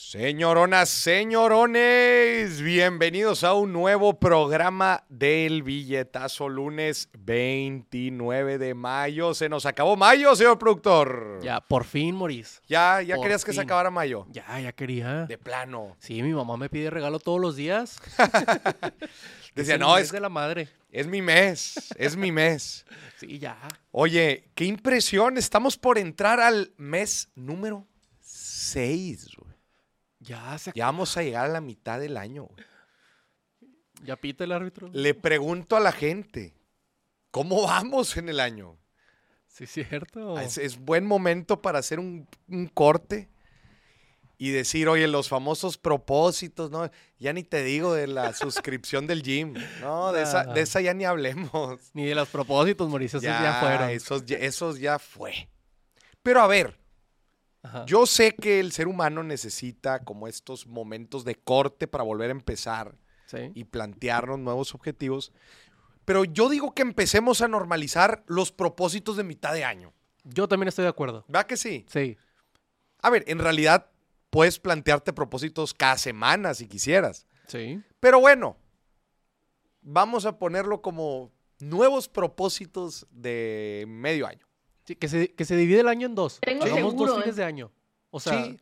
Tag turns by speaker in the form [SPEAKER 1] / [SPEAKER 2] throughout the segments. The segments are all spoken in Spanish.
[SPEAKER 1] Señoronas, señorones, bienvenidos a un nuevo programa del billetazo lunes 29 de mayo. Se nos acabó mayo, señor productor.
[SPEAKER 2] Ya, por fin, Moris.
[SPEAKER 1] Ya, ya
[SPEAKER 2] Por
[SPEAKER 1] querías que se
[SPEAKER 2] fin.
[SPEAKER 1] acabara mayo.
[SPEAKER 2] Ya, ya quería.
[SPEAKER 1] De plano.
[SPEAKER 2] Sí, mi mamá me pide regalo todos los días.
[SPEAKER 1] Decía,
[SPEAKER 2] el
[SPEAKER 1] no,
[SPEAKER 2] mes
[SPEAKER 1] es,
[SPEAKER 2] de la madre.
[SPEAKER 1] es mi mes, es mi mes.
[SPEAKER 2] Sí, ya.
[SPEAKER 1] Oye, qué impresión, estamos por entrar al mes número 6, güey.
[SPEAKER 2] Ya se
[SPEAKER 1] Ya vamos a llegar a la mitad del año, güey.
[SPEAKER 2] ya pita el árbitro.
[SPEAKER 1] Le pregunto a la gente, ¿cómo vamos en el año?
[SPEAKER 2] Sí, cierto.
[SPEAKER 1] Es, Ah, es buen momento para hacer un, un corte y decir, oye, los famosos propósitos, ¿no? Ya ni te digo de la suscripción del gym. No, de esa,
[SPEAKER 2] Nah.
[SPEAKER 1] de esa ya ni hablemos.
[SPEAKER 2] Ni de los propósitos, Moris, esos ya,
[SPEAKER 1] Ya,
[SPEAKER 2] fueron.
[SPEAKER 1] Esos, ya- esos ya fue. Pero a ver,
[SPEAKER 2] Ajá.
[SPEAKER 1] yo sé que el ser humano necesita como estos momentos de corte para volver a empezar
[SPEAKER 2] Sí.
[SPEAKER 1] y plantearnos nuevos objetivos. Pero yo digo que empecemos a normalizar los propósitos de mitad de año.
[SPEAKER 2] Yo también estoy de acuerdo.
[SPEAKER 1] ¿Va que sí?
[SPEAKER 2] Sí.
[SPEAKER 1] A ver, en realidad puedes plantearte propósitos cada semana si quisieras.
[SPEAKER 2] Sí.
[SPEAKER 1] Pero bueno, vamos a ponerlo como nuevos propósitos de medio año.
[SPEAKER 2] Sí, que, se, que se divide el año en dos.
[SPEAKER 3] Tengo
[SPEAKER 2] Hagamos
[SPEAKER 3] seguro,
[SPEAKER 2] dos
[SPEAKER 3] ¿eh?
[SPEAKER 2] fines de año. O sea,
[SPEAKER 1] Sí,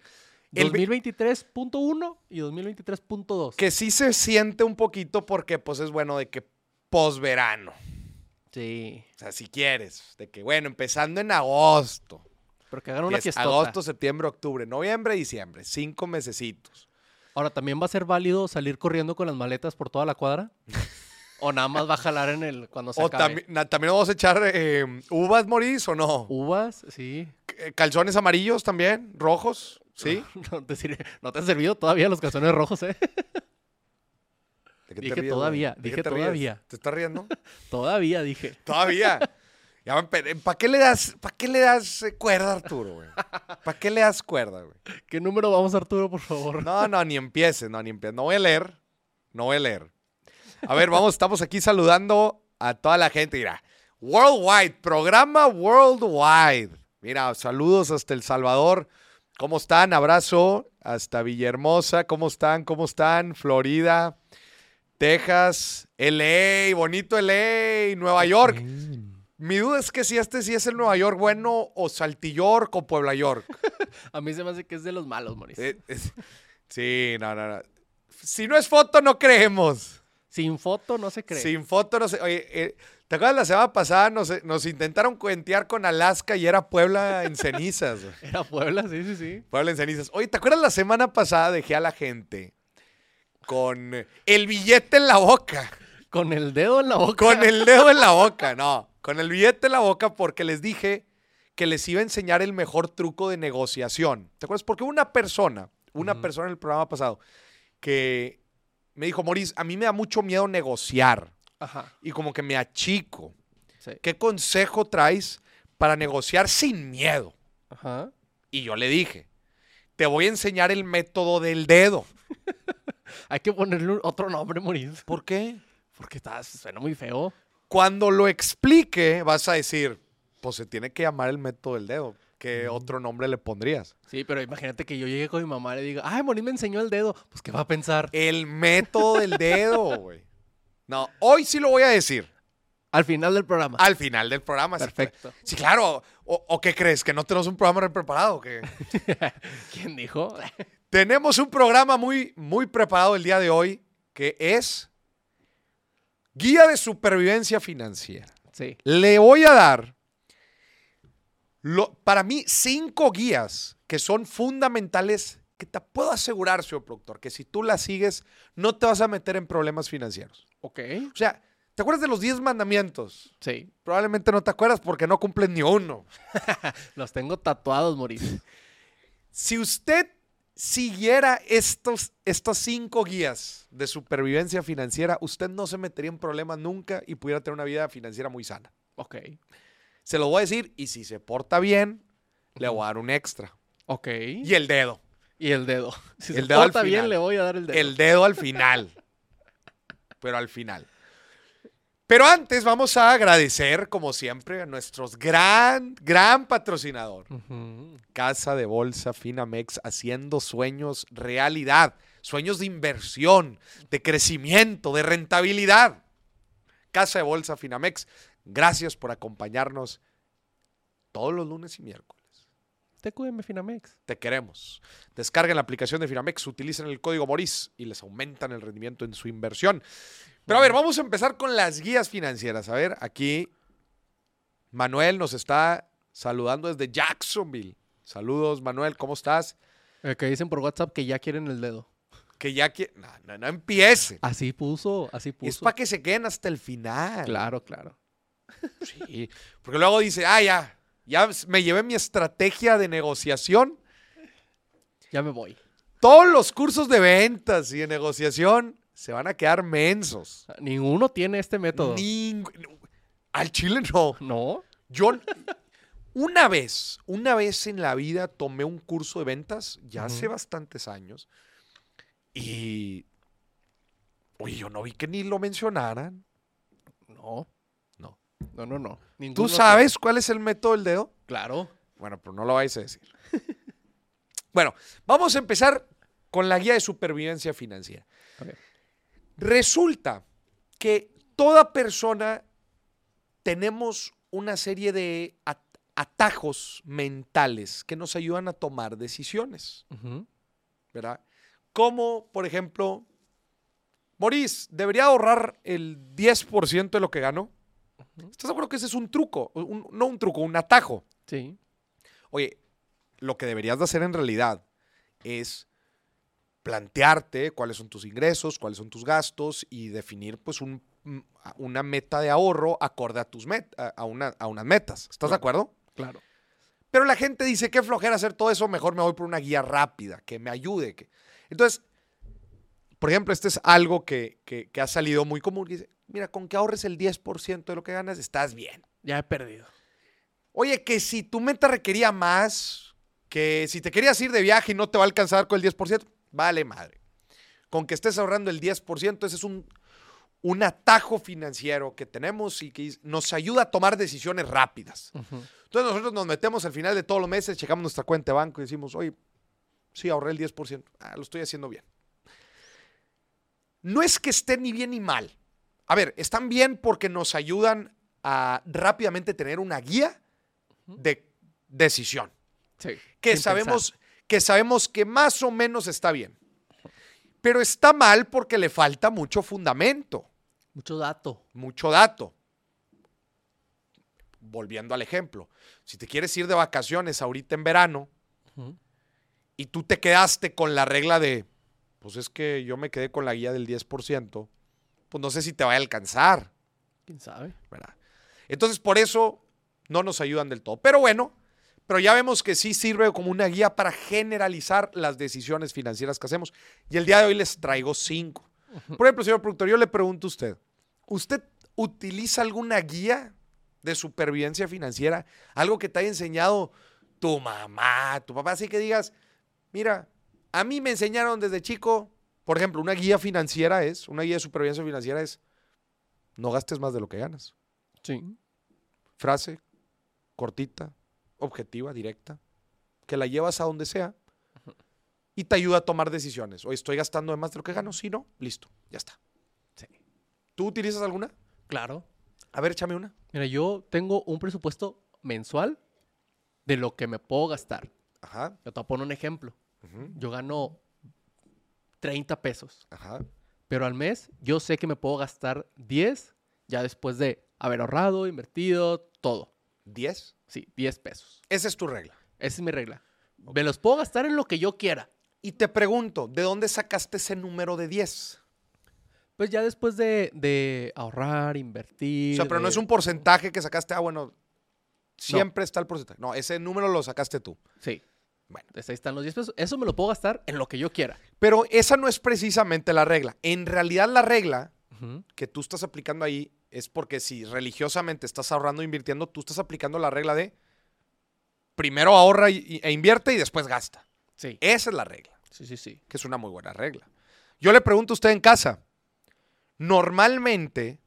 [SPEAKER 1] el ve-
[SPEAKER 2] 2023.1 y 2023.2.
[SPEAKER 1] Que sí se siente un poquito porque pues es bueno de que posverano.
[SPEAKER 2] Sí.
[SPEAKER 1] O sea, si quieres, de que bueno, empezando en agosto.
[SPEAKER 2] Pero que hagan una
[SPEAKER 1] que es
[SPEAKER 2] fiesta.
[SPEAKER 1] agosto, septiembre, octubre, noviembre, diciembre. Cinco mesecitos.
[SPEAKER 2] Ahora, ¿también va a ser válido salir corriendo con las maletas por toda la cuadra? ¿O nada más va a jalar en el cuando se
[SPEAKER 1] o
[SPEAKER 2] acabe?
[SPEAKER 1] tambi- na- también vamos a echar eh, uvas, Moris, o no.
[SPEAKER 2] ¿Uvas? Sí.
[SPEAKER 1] Eh, calzones amarillos también, rojos, ¿sí?
[SPEAKER 2] No te, sirve- no te han servido todavía los calzones rojos, ¿eh?
[SPEAKER 1] ¿De qué te ríes,
[SPEAKER 2] Dije
[SPEAKER 1] güey?
[SPEAKER 2] todavía,
[SPEAKER 1] ¿De qué
[SPEAKER 2] dije
[SPEAKER 1] te ríes?
[SPEAKER 2] todavía.
[SPEAKER 1] ¿Te estás riendo?
[SPEAKER 2] Todavía, dije.
[SPEAKER 1] todavía. ¿Para qué le das, para qué le das eh, cuerda, Arturo, güey? ¿Para qué le das cuerda, güey?
[SPEAKER 2] ¿Qué número vamos, Arturo, por favor?
[SPEAKER 1] No, no, ni empieces, no, ni empieces. No voy a leer, no voy a leer. A ver, vamos, estamos aquí saludando a toda la gente. Mira, Worldwide, programa Worldwide. Mira, saludos hasta El Salvador. ¿Cómo están? Abrazo hasta Villahermosa. ¿Cómo están? ¿Cómo están? Florida, Texas, LA, bonito LA, Nueva York. Mi duda es que si este sí es el Nueva York bueno o Saltillork o Puebla York.
[SPEAKER 2] A mí se me hace que es de los malos, Moris.
[SPEAKER 1] Eh, es- sí, no, no, no. Si no es foto, no creemos.
[SPEAKER 2] Sin foto no se cree.
[SPEAKER 1] Sin foto, no sé. Oye, eh, ¿te acuerdas la semana pasada? Nos, eh, nos intentaron cuentear con Alaska y era Puebla en cenizas. güey.
[SPEAKER 2] Era Puebla, sí, sí, sí.
[SPEAKER 1] Puebla en cenizas. Oye, ¿te acuerdas la semana pasada dejé a la gente con el billete en la boca?
[SPEAKER 2] Con el dedo en la boca.
[SPEAKER 1] Con el dedo en la boca, no. Con el billete en la boca porque les dije que les iba a enseñar el mejor truco de negociación. ¿Te acuerdas? Porque una persona, una
[SPEAKER 2] Ujú.
[SPEAKER 1] persona en el programa pasado, que me dijo, Moris, a mí me da mucho miedo negociar
[SPEAKER 2] Ajá,
[SPEAKER 1] y como que me achico.
[SPEAKER 2] sí.
[SPEAKER 1] ¿Qué consejo traes para negociar sin miedo?
[SPEAKER 2] Ajá.
[SPEAKER 1] Y yo le dije, te voy a enseñar el método del dedo.
[SPEAKER 2] Hay que ponerle un- otro nombre, Moris.
[SPEAKER 1] ¿Por qué?
[SPEAKER 2] Porque está, suena muy feo.
[SPEAKER 1] Cuando lo explique, vas a decir, pues se tiene que llamar el método del dedo. ¿Qué otro nombre le pondrías?
[SPEAKER 2] Sí, pero imagínate que yo llegue con mi mamá y le diga, ay, Moris me enseñó el dedo. Pues, ¿qué va a pensar?
[SPEAKER 1] El método del dedo, güey. No, hoy sí lo voy a decir.
[SPEAKER 2] Al final del programa.
[SPEAKER 1] Al final del programa. Ah, sí.
[SPEAKER 2] Perfecto.
[SPEAKER 1] Sí, claro. O, o qué crees? ¿Que no tenemos un programa re preparado? que
[SPEAKER 2] ¿Quién dijo?
[SPEAKER 1] Tenemos un programa muy, muy preparado el día de hoy que es Guía de Supervivencia Financiera.
[SPEAKER 2] Sí.
[SPEAKER 1] Le voy a dar, lo- para mí, cinco guías que son fundamentales que te puedo asegurar, señor productor, que si tú las sigues, no te vas a meter en problemas financieros.
[SPEAKER 2] Ok.
[SPEAKER 1] O sea, ¿te acuerdas de los 10 mandamientos?
[SPEAKER 2] Sí.
[SPEAKER 1] Probablemente no te acuerdas porque no cumplen ni uno.
[SPEAKER 2] Los tengo tatuados, Moris.
[SPEAKER 1] Si usted siguiera estos, estas cinco guías de supervivencia financiera, usted no se metería en problemas nunca y pudiera tener una vida financiera muy sana.
[SPEAKER 2] Ok.
[SPEAKER 1] Se lo voy a decir y si se porta bien, le voy a dar un extra.
[SPEAKER 2] Ok.
[SPEAKER 1] Y el dedo.
[SPEAKER 2] Y el dedo. Si
[SPEAKER 1] El
[SPEAKER 2] se
[SPEAKER 1] dedo al
[SPEAKER 2] porta bien,
[SPEAKER 1] final.
[SPEAKER 2] le voy a dar el dedo.
[SPEAKER 1] El dedo al final. Pero al final. Pero antes vamos a agradecer, como siempre, a nuestros gran, gran patrocinador.
[SPEAKER 2] Ujú.
[SPEAKER 1] Casa de Bolsa Finamex haciendo sueños realidad, sueños de inversión, de crecimiento, de rentabilidad. Casa de Bolsa Finamex, gracias por acompañarnos todos los lunes y miércoles.
[SPEAKER 2] TQM Finamex.
[SPEAKER 1] Te queremos. Descarguen la aplicación de Finamex, utilicen el código MORIS y les aumentan el rendimiento en su inversión. Pero a ver, vamos a empezar con las guías financieras. A ver, aquí Manuel nos está saludando desde Jacksonville. Saludos, Manuel, ¿cómo estás?
[SPEAKER 2] El que dicen por WhatsApp que ya quieren el dedo.
[SPEAKER 1] Que ya que No, no, no empiece.
[SPEAKER 2] Así puso, así puso.
[SPEAKER 1] Es para que se queden hasta el final.
[SPEAKER 2] Claro, claro.
[SPEAKER 1] Sí. Porque luego dice, ah, ya, ya me llevé mi estrategia de negociación
[SPEAKER 2] Ya me voy.
[SPEAKER 1] Todos los cursos de ventas y de negociación se van a quedar mensos.
[SPEAKER 2] Ninguno tiene este método.
[SPEAKER 1] Ning- Al chile no.
[SPEAKER 2] No.
[SPEAKER 1] Yo una vez, una vez en la vida tomé un curso de ventas, ya hace
[SPEAKER 2] Ujú.
[SPEAKER 1] bastantes años, y oye, yo no vi que ni lo mencionaran.
[SPEAKER 2] No.
[SPEAKER 1] No.
[SPEAKER 2] No, no, no. Ninguno
[SPEAKER 1] ¿Tú
[SPEAKER 2] tiene.
[SPEAKER 1] sabes cuál es el método del dedo?
[SPEAKER 2] Claro.
[SPEAKER 1] Bueno, pero no lo vais a decir. bueno, vamos a empezar con la guía de supervivencia financiera.
[SPEAKER 2] A ver.
[SPEAKER 1] Resulta que toda persona tenemos una serie de at- atajos mentales que nos ayudan a tomar decisiones,
[SPEAKER 2] Ujú.
[SPEAKER 1] ¿verdad? Como, por ejemplo, Morís, ¿debería ahorrar el 10% de lo que ganó? ¿Estás de acuerdo que ese es un truco? Un- no un truco, un atajo.
[SPEAKER 2] Sí.
[SPEAKER 1] Oye, lo que deberías de hacer en realidad es plantearte cuáles son tus ingresos, cuáles son tus gastos y definir pues un- un- a- una meta de ahorro acorde a tus met- a, a una- a unas metas. ¿Estás de acuerdo?
[SPEAKER 2] Claro.
[SPEAKER 1] Pero la gente dice, qué flojera hacer todo eso, mejor me voy por una guía rápida, que me ayude. que-". Entonces, por ejemplo, este es algo que, que- que ha salido muy común. que Dice, mira, con que ahorres el 10% de lo que ganas, estás bien.
[SPEAKER 2] Ya he perdido.
[SPEAKER 1] Oye, que si tu meta requería más, que si te querías ir de viaje y no te va a alcanzar con el 10%, vale madre. Con que estés ahorrando el 10%, ese es un, un atajo financiero que tenemos y que nos ayuda a tomar decisiones rápidas.
[SPEAKER 2] Ujú.
[SPEAKER 1] Entonces nosotros nos metemos al final de todos los meses, checamos nuestra cuenta de banco y decimos, oye, sí, ahorré el 10%, Ah, lo estoy haciendo bien. No es que esté ni bien ni mal. A ver, están bien porque nos ayudan a rápidamente tener una guía de decisión,
[SPEAKER 2] Sí.
[SPEAKER 1] que
[SPEAKER 2] Sin
[SPEAKER 1] sabemos que sabemos que más o menos está bien. Pero está mal porque le falta mucho fundamento
[SPEAKER 2] pensar. Mucho dato.
[SPEAKER 1] mucho dato. Volviendo al ejemplo, si te quieres ir de vacaciones ahorita en verano
[SPEAKER 2] Ujú.
[SPEAKER 1] y tú te quedaste con la regla de, pues es que yo me quedé con la guía del 10%, pues no sé si te va a alcanzar,
[SPEAKER 2] ¿Quién sabe?
[SPEAKER 1] ¿verdad? Entonces por eso no nos ayudan del todo. Pero bueno, pero ya vemos que sí sirve como una guía para generalizar las decisiones financieras que hacemos. Y el día de hoy les traigo cinco. Por ejemplo, señor productor, yo le pregunto a usted, ¿usted utiliza alguna guía de supervivencia financiera? Algo que te haya enseñado tu mamá, tu papá, así que digas, mira, a mí me enseñaron desde chico, por ejemplo, una guía financiera es, una guía de supervivencia financiera es, no gastes más de lo que ganas.
[SPEAKER 2] Sí.
[SPEAKER 1] Frase cortita, objetiva, directa, que la llevas a donde sea y te ayuda a tomar decisiones. Hoy estoy gastando de más de lo que gano, si no, listo, ya está.
[SPEAKER 2] Sí.
[SPEAKER 1] ¿Tú utilizas alguna?
[SPEAKER 2] Claro.
[SPEAKER 1] A ver, échame una.
[SPEAKER 2] Mira, yo tengo un presupuesto mensual de lo que me puedo gastar.
[SPEAKER 1] Ajá.
[SPEAKER 2] Yo te voy a poner un ejemplo.
[SPEAKER 1] ujú,
[SPEAKER 2] Yo gano 30 pesos.
[SPEAKER 1] Ajá.
[SPEAKER 2] pero al mes yo sé que me puedo gastar 10 ya después de haber ahorrado, invertido, todo.
[SPEAKER 1] 10.
[SPEAKER 2] Sí, 10 pesos.
[SPEAKER 1] Esa es tu regla.
[SPEAKER 2] Esa es mi regla. Me los puedo gastar en lo que yo quiera.
[SPEAKER 1] Y te pregunto, ¿de dónde sacaste ese número de 10?
[SPEAKER 2] Pues ya después de, de ahorrar, invertir.
[SPEAKER 1] O sea, pero no
[SPEAKER 2] de-
[SPEAKER 1] es un porcentaje que sacaste. Ah, bueno, siempre está el porcentaje. No, ese número lo sacaste tú.
[SPEAKER 2] Sí.
[SPEAKER 1] Bueno.
[SPEAKER 2] Entonces ahí están los 10 pesos. Eso me lo puedo gastar en lo que yo quiera.
[SPEAKER 1] Pero esa no es precisamente la regla. En realidad, la regla
[SPEAKER 2] Ujú.
[SPEAKER 1] que tú estás aplicando ahí es porque si religiosamente estás ahorrando e invirtiendo, tú estás aplicando la regla de primero ahorra y- y- e invierte y después gasta.
[SPEAKER 2] Sí.
[SPEAKER 1] Esa es la regla.
[SPEAKER 2] Sí, sí, sí.
[SPEAKER 1] que es una muy buena regla. Yo le pregunto a usted en casa, normalmente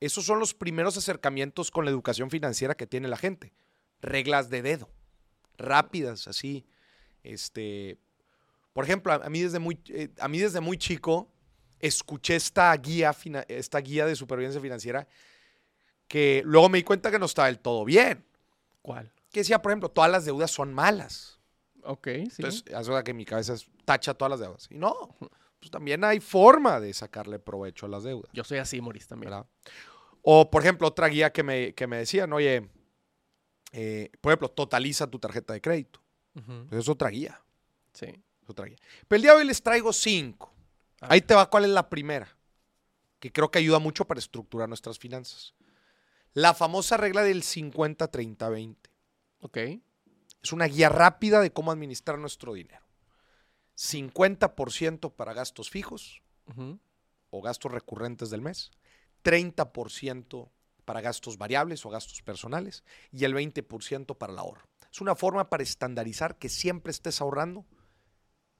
[SPEAKER 1] Esos son los primeros acercamientos con la educación financiera que tiene la gente. Reglas de dedo, rápidas, así. Este, por ejemplo, a, a mí desde muy, eh, a mí desde muy chico escuché esta guía, fina- esta guía de supervivencia financiera que luego me di cuenta que no estaba del todo bien.
[SPEAKER 2] ¿Cuál?
[SPEAKER 1] Que decía, por ejemplo, todas las deudas son malas.
[SPEAKER 2] Ok, sí.
[SPEAKER 1] Entonces, hace verdad que mi cabeza es- tacha todas las deudas. Y no, pues también hay forma de sacarle provecho a las deudas.
[SPEAKER 2] Yo soy así, Moris, también.
[SPEAKER 1] ¿verdad? O, por ejemplo, otra guía que me, que me decían, oye, eh, por ejemplo, totaliza tu tarjeta de crédito.
[SPEAKER 2] Ujú,
[SPEAKER 1] Pues es otra guía,
[SPEAKER 2] Sí.
[SPEAKER 1] es otra guía. Pero el día de hoy les traigo cinco.
[SPEAKER 2] A
[SPEAKER 1] Ahí te va cuál es la primera, que creo que ayuda mucho para estructurar nuestras finanzas. La famosa regla del 50-30-20.
[SPEAKER 2] Ok.
[SPEAKER 1] Es una guía rápida de cómo administrar nuestro dinero. 50% para gastos fijos,
[SPEAKER 2] ujú,
[SPEAKER 1] o gastos recurrentes del mes, 30% para gastos variables o gastos personales y el 20% para el ahorro. Es una forma para estandarizar que siempre estés ahorrando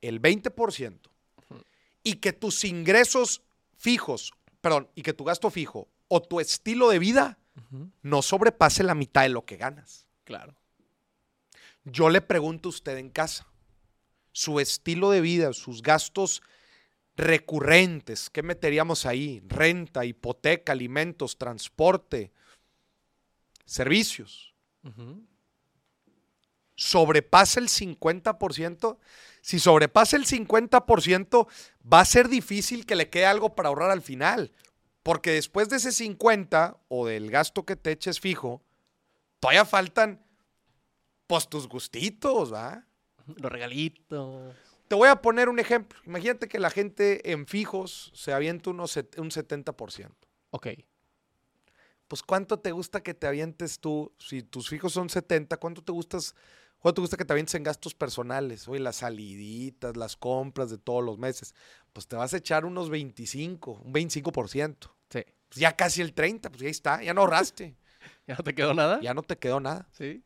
[SPEAKER 1] el 20% y que tus ingresos fijos, perdón, y que tu gasto fijo o tu estilo de vida
[SPEAKER 2] ujú,
[SPEAKER 1] no sobrepase la mitad de lo que ganas.
[SPEAKER 2] Claro.
[SPEAKER 1] Yo le pregunto a usted en casa, su estilo de vida, sus gastos recurrentes, ¿qué meteríamos ahí? Renta, hipoteca, alimentos, transporte, servicios.
[SPEAKER 2] ujú,
[SPEAKER 1] ¿Sobrepasa el 50%? Si sobrepasa el 50%, va a ser difícil que le quede algo para ahorrar al final, porque después de ese 50 o del gasto que te eches fijo, todavía faltan pues tus gustitos, ¿va?
[SPEAKER 2] Los regalitos.
[SPEAKER 1] Te voy a poner un ejemplo. Imagínate que la gente en fijos se avienta unos set- un 70%.
[SPEAKER 2] Ok.
[SPEAKER 1] Pues, ¿cuánto te gusta que te avientes tú? Si tus fijos son 70, ¿cuánto te gustas? ¿Cuánto te gusta que te avientes en gastos personales? Oye, las saliditas, las compras de todos los meses. Pues te vas a echar unos 25, un 25%.
[SPEAKER 2] Sí.
[SPEAKER 1] Pues ya casi el 30, pues ya está, ya no ahorraste.
[SPEAKER 2] ¿Ya no te quedó nada?
[SPEAKER 1] ya no te quedó nada.
[SPEAKER 2] Sí.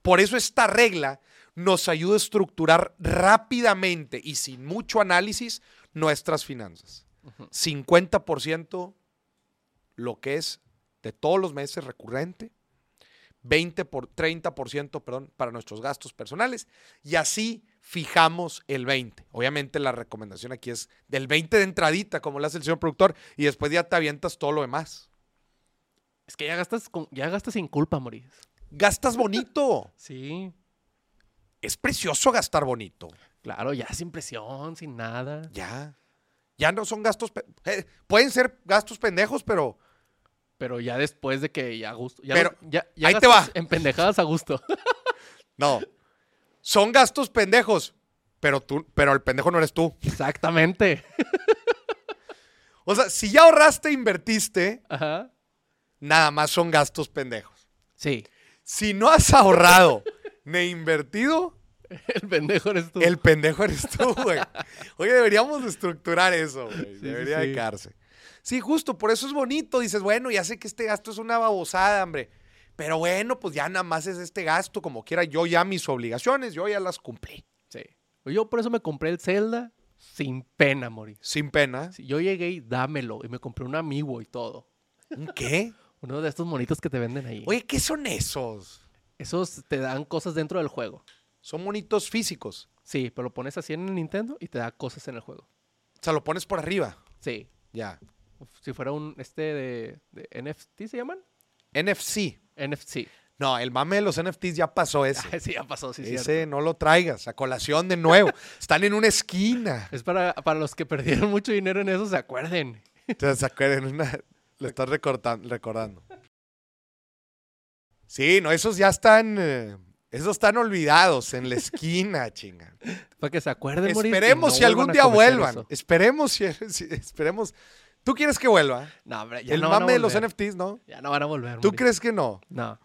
[SPEAKER 1] Por eso esta regla nos ayuda a estructurar rápidamente y sin mucho análisis nuestras finanzas.
[SPEAKER 2] Ujú.
[SPEAKER 1] 50% lo que es de todos los meses recurrente, 20 por 30% perdón, para nuestros gastos personales y así fijamos el 20. Obviamente la recomendación aquí es del 20 de entradita, como lo hace el señor productor, y después ya te avientas todo lo demás.
[SPEAKER 2] Es que ya gastas, con- ya gastas sin culpa, Moris.
[SPEAKER 1] Gastas bonito.
[SPEAKER 2] Sí.
[SPEAKER 1] Es precioso gastar bonito.
[SPEAKER 2] Claro, ya sin presión, sin nada.
[SPEAKER 1] Ya. Ya no son gastos. pe- eh, pueden ser gastos pendejos, pero
[SPEAKER 2] Pero ya después de que ya gusto. Ya
[SPEAKER 1] Pero,
[SPEAKER 2] ya, ya
[SPEAKER 1] ahí te
[SPEAKER 2] gastas
[SPEAKER 1] va.
[SPEAKER 2] En pendejadas a gusto.
[SPEAKER 1] no. Son gastos pendejos, pero tú, pero el pendejo no eres tú.
[SPEAKER 2] Exactamente.
[SPEAKER 1] O sea, si ya ahorraste e invertiste,
[SPEAKER 2] Ajá.
[SPEAKER 1] nada más son gastos pendejos.
[SPEAKER 2] Sí.
[SPEAKER 1] Si no has ahorrado ni invertido,
[SPEAKER 2] El pendejo eres tú.
[SPEAKER 1] el pendejo eres tú, güey. Oye, deberíamos de estructurar eso, güey.
[SPEAKER 2] Sí, sí,
[SPEAKER 1] Debería
[SPEAKER 2] sí.
[SPEAKER 1] de quedarse. Sí, justo, por eso es bonito. Dices, bueno, ya sé que este gasto es una babosada, hombre. Pero bueno, pues ya nada más es este gasto, como quiera. Yo ya mis obligaciones, yo ya las cumplí.
[SPEAKER 2] Sí. Yo por eso me compré el Zelda sin pena, Moris.
[SPEAKER 1] Sin pena.
[SPEAKER 2] Sí, Yo llegué y dámelo. Y me compré un amigo y todo.
[SPEAKER 1] ¿Un ¿Qué?
[SPEAKER 2] Uno de estos monitos que te venden ahí.
[SPEAKER 1] Oye, ¿qué son esos?
[SPEAKER 2] Esos te dan cosas dentro del juego.
[SPEAKER 1] Son monitos físicos.
[SPEAKER 2] Sí, pero lo pones así en el Nintendo y te da cosas en el juego.
[SPEAKER 1] O sea, lo pones por arriba.
[SPEAKER 2] Sí.
[SPEAKER 1] Ya.
[SPEAKER 2] Uf, Si fuera un este de, de NFT, ¿se llaman?
[SPEAKER 1] NFC.
[SPEAKER 2] NFC.
[SPEAKER 1] No, el mame de los NFTs ya pasó ese.
[SPEAKER 2] Ah, sí, ya pasó, sí,
[SPEAKER 1] ese
[SPEAKER 2] sí.
[SPEAKER 1] no lo traigas a colación de nuevo. Están en una esquina.
[SPEAKER 2] Es para, para los que perdieron mucho dinero en eso, se acuerden.
[SPEAKER 1] Te acuerdan, una, lo estás recortan- recordando. Sí, no, esos ya están, eh, esos están olvidados en la esquina, chinga.
[SPEAKER 2] Para que se acuerden, Moris, y
[SPEAKER 1] Esperemos
[SPEAKER 2] no
[SPEAKER 1] si algún
[SPEAKER 2] a
[SPEAKER 1] día
[SPEAKER 2] cometer
[SPEAKER 1] vuelvan.
[SPEAKER 2] eso.
[SPEAKER 1] Esperemos, si, si- esperemos. ¿Tú quieres que vuelva?
[SPEAKER 2] No, hombre, ya
[SPEAKER 1] El
[SPEAKER 2] no van a
[SPEAKER 1] mame de los
[SPEAKER 2] volver.
[SPEAKER 1] NFTs, ¿no?
[SPEAKER 2] Ya no van a volver.
[SPEAKER 1] ¿Tú
[SPEAKER 2] Moris.
[SPEAKER 1] crees que no?
[SPEAKER 2] No.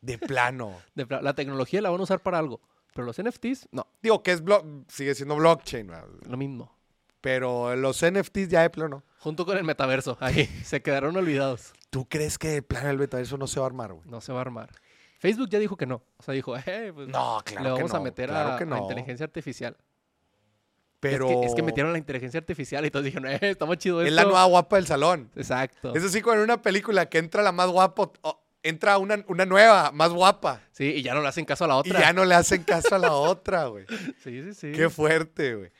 [SPEAKER 1] De plano.
[SPEAKER 2] De pla- la tecnología la van a usar para algo. Pero los NFTs, no.
[SPEAKER 1] Digo que es blo- sigue siendo blockchain, ¿verdad?
[SPEAKER 2] Lo mismo.
[SPEAKER 1] pero los NFTs ya de plano.
[SPEAKER 2] Junto con el metaverso. Ahí. se quedaron olvidados.
[SPEAKER 1] ¿Tú crees que de plano el metaverso no se va a armar, güey?
[SPEAKER 2] No se va a armar. Facebook ya dijo que no. O sea, dijo, eh, pues
[SPEAKER 1] No, claro
[SPEAKER 2] le
[SPEAKER 1] que
[SPEAKER 2] vamos a
[SPEAKER 1] no,
[SPEAKER 2] meter
[SPEAKER 1] claro
[SPEAKER 2] a,
[SPEAKER 1] que
[SPEAKER 2] a
[SPEAKER 1] no.
[SPEAKER 2] inteligencia artificial.
[SPEAKER 1] Pero
[SPEAKER 2] Es que, es que metieron la inteligencia artificial y todos dijeron, eh, estamos chido esto.
[SPEAKER 1] es la nueva guapa del salón.
[SPEAKER 2] Exacto.
[SPEAKER 1] Es así como en una película que entra la más guapa, o- entra una, una nueva, más guapa.
[SPEAKER 2] Sí, y ya no le hacen caso a la otra.
[SPEAKER 1] Y ya no le hacen caso a la otra, güey.
[SPEAKER 2] Sí, sí, sí.
[SPEAKER 1] Qué fuerte, güey.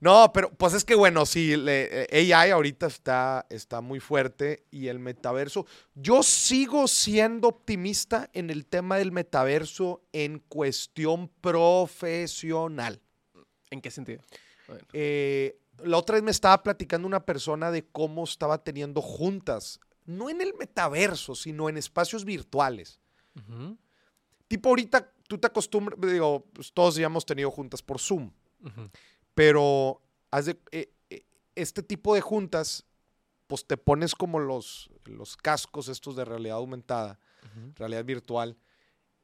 [SPEAKER 1] No, pero pues es que bueno, sí, le- eh, AI ahorita está, está muy fuerte y el metaverso. Yo sigo siendo optimista en el tema del metaverso en cuestión profesional.
[SPEAKER 2] ¿En qué sentido? Bueno,
[SPEAKER 1] Eh, la otra vez me estaba platicando una persona de cómo estaba teniendo juntas, no en el metaverso, sino en espacios virtuales.
[SPEAKER 2] ujú,
[SPEAKER 1] Tipo ahorita tú te acostumbras, digo, pues, todos ya hemos tenido juntas por Zoom.
[SPEAKER 2] ujú.
[SPEAKER 1] Pero haz de- eh, eh, este tipo de juntas, pues te pones como los, los cascos estos de realidad aumentada,
[SPEAKER 2] Ujú.
[SPEAKER 1] realidad virtual,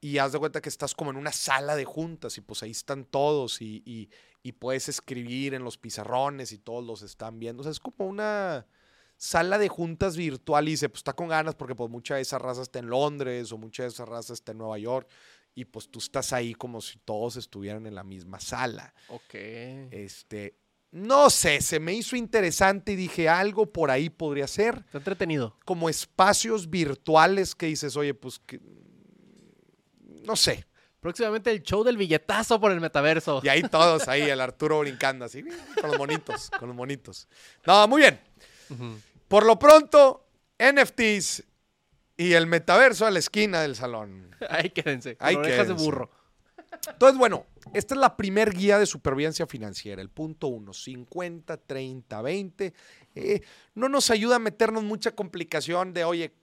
[SPEAKER 1] y haz de cuenta que estás como en una sala de juntas y pues ahí están todos y, y- y puedes escribir en los pizarrones y todos los están viendo. O sea, es como una sala de juntas virtual y se pues está con ganas porque pues mucha de esa raza está en Londres o mucha de esa raza está en Nueva York y pues tú estás ahí como si todos estuvieran en la misma sala.
[SPEAKER 2] Ok.
[SPEAKER 1] Este, no sé, se me hizo interesante y dije algo por ahí podría ser.
[SPEAKER 2] Está entretenido.
[SPEAKER 1] Como espacios virtuales que dices, oye, pues que. No sé.
[SPEAKER 2] Próximamente el show del billetazo por el metaverso.
[SPEAKER 1] Y ahí todos, ahí el Arturo brincando así, con los monitos, con los monitos. No, muy bien.
[SPEAKER 2] Ujú.
[SPEAKER 1] Por lo pronto, NFTs y el metaverso a la esquina del salón.
[SPEAKER 2] Ahí quédense.
[SPEAKER 1] Ahí
[SPEAKER 2] Ahí orejas de
[SPEAKER 1] quédense.
[SPEAKER 2] burro.
[SPEAKER 1] Entonces, bueno, esta es la primer guía de supervivencia financiera, el punto 1, 50, 30, 20. Eh, no nos ayuda a meternos mucha complicación de, oye,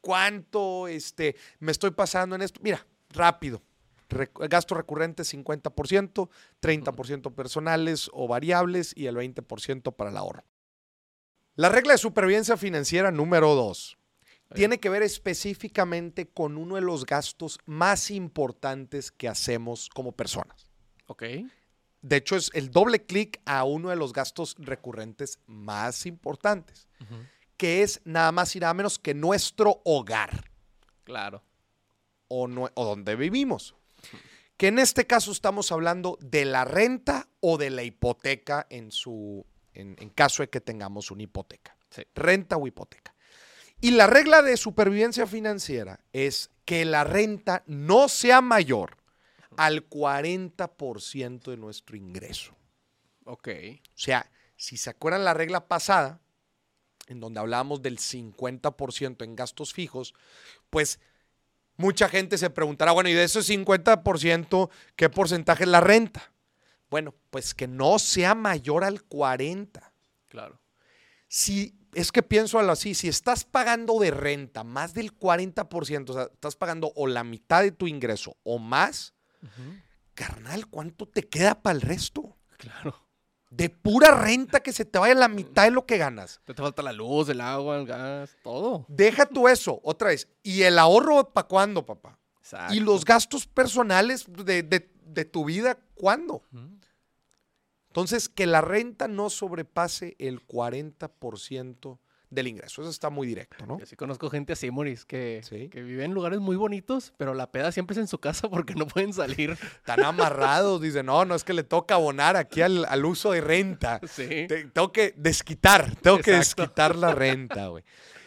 [SPEAKER 1] ¿cuánto este, me estoy pasando en esto? Mira, rápido. Rec- gasto recurrente 50%, 30% personales o variables y el 20% para el ahorro. La regla de supervivencia financiera número 2 tiene que ver específicamente con uno de los gastos más importantes que hacemos como personas.
[SPEAKER 2] Ok.
[SPEAKER 1] De hecho, es el doble clic a uno de los gastos recurrentes más importantes,
[SPEAKER 2] Ujú.
[SPEAKER 1] que es nada más y nada menos que nuestro hogar
[SPEAKER 2] Claro.
[SPEAKER 1] o, nue- o donde vivimos. Que en este caso estamos hablando de la renta o de la hipoteca en, su, en, en caso de que tengamos una hipoteca.
[SPEAKER 2] Sí.
[SPEAKER 1] Renta o hipoteca. Y la regla de supervivencia financiera es que la renta no sea mayor al 40% de nuestro ingreso.
[SPEAKER 2] Ok.
[SPEAKER 1] O sea, si se acuerdan la regla pasada, en donde hablábamos del 50% en gastos fijos, pues mucha gente se preguntará, bueno, ¿y de ese 50% qué porcentaje es la renta? Bueno, pues que no sea mayor al 40%.
[SPEAKER 2] Claro.
[SPEAKER 1] Si, es que pienso algo así, si estás pagando de renta más del 40%, o sea, estás pagando o la mitad de tu ingreso o más,
[SPEAKER 2] Ujú.
[SPEAKER 1] carnal, ¿cuánto te queda para el resto?
[SPEAKER 2] Claro.
[SPEAKER 1] De pura renta que se te vaya la mitad de lo que ganas.
[SPEAKER 2] Te te falta la luz, el agua, el gas, todo.
[SPEAKER 1] Deja tú eso, otra vez. ¿Y el ahorro para cuándo, papá?
[SPEAKER 2] Exacto.
[SPEAKER 1] ¿Y los gastos personales de, de- de tu vida cuándo?
[SPEAKER 2] Ujú.
[SPEAKER 1] Entonces, que la renta no sobrepase el 40% del ingreso. Eso está muy directo, ¿no?
[SPEAKER 2] Yo sí conozco gente así, Moris, que,
[SPEAKER 1] Sí.
[SPEAKER 2] que vive en lugares muy bonitos, pero la peda siempre es en su casa porque no pueden salir.
[SPEAKER 1] Están amarrados, dicen, no, no es que le toca abonar aquí al, al uso de renta.
[SPEAKER 2] Sí.
[SPEAKER 1] Te- tengo que desquitar, tengo que
[SPEAKER 2] Exacto.
[SPEAKER 1] desquitar la renta, güey.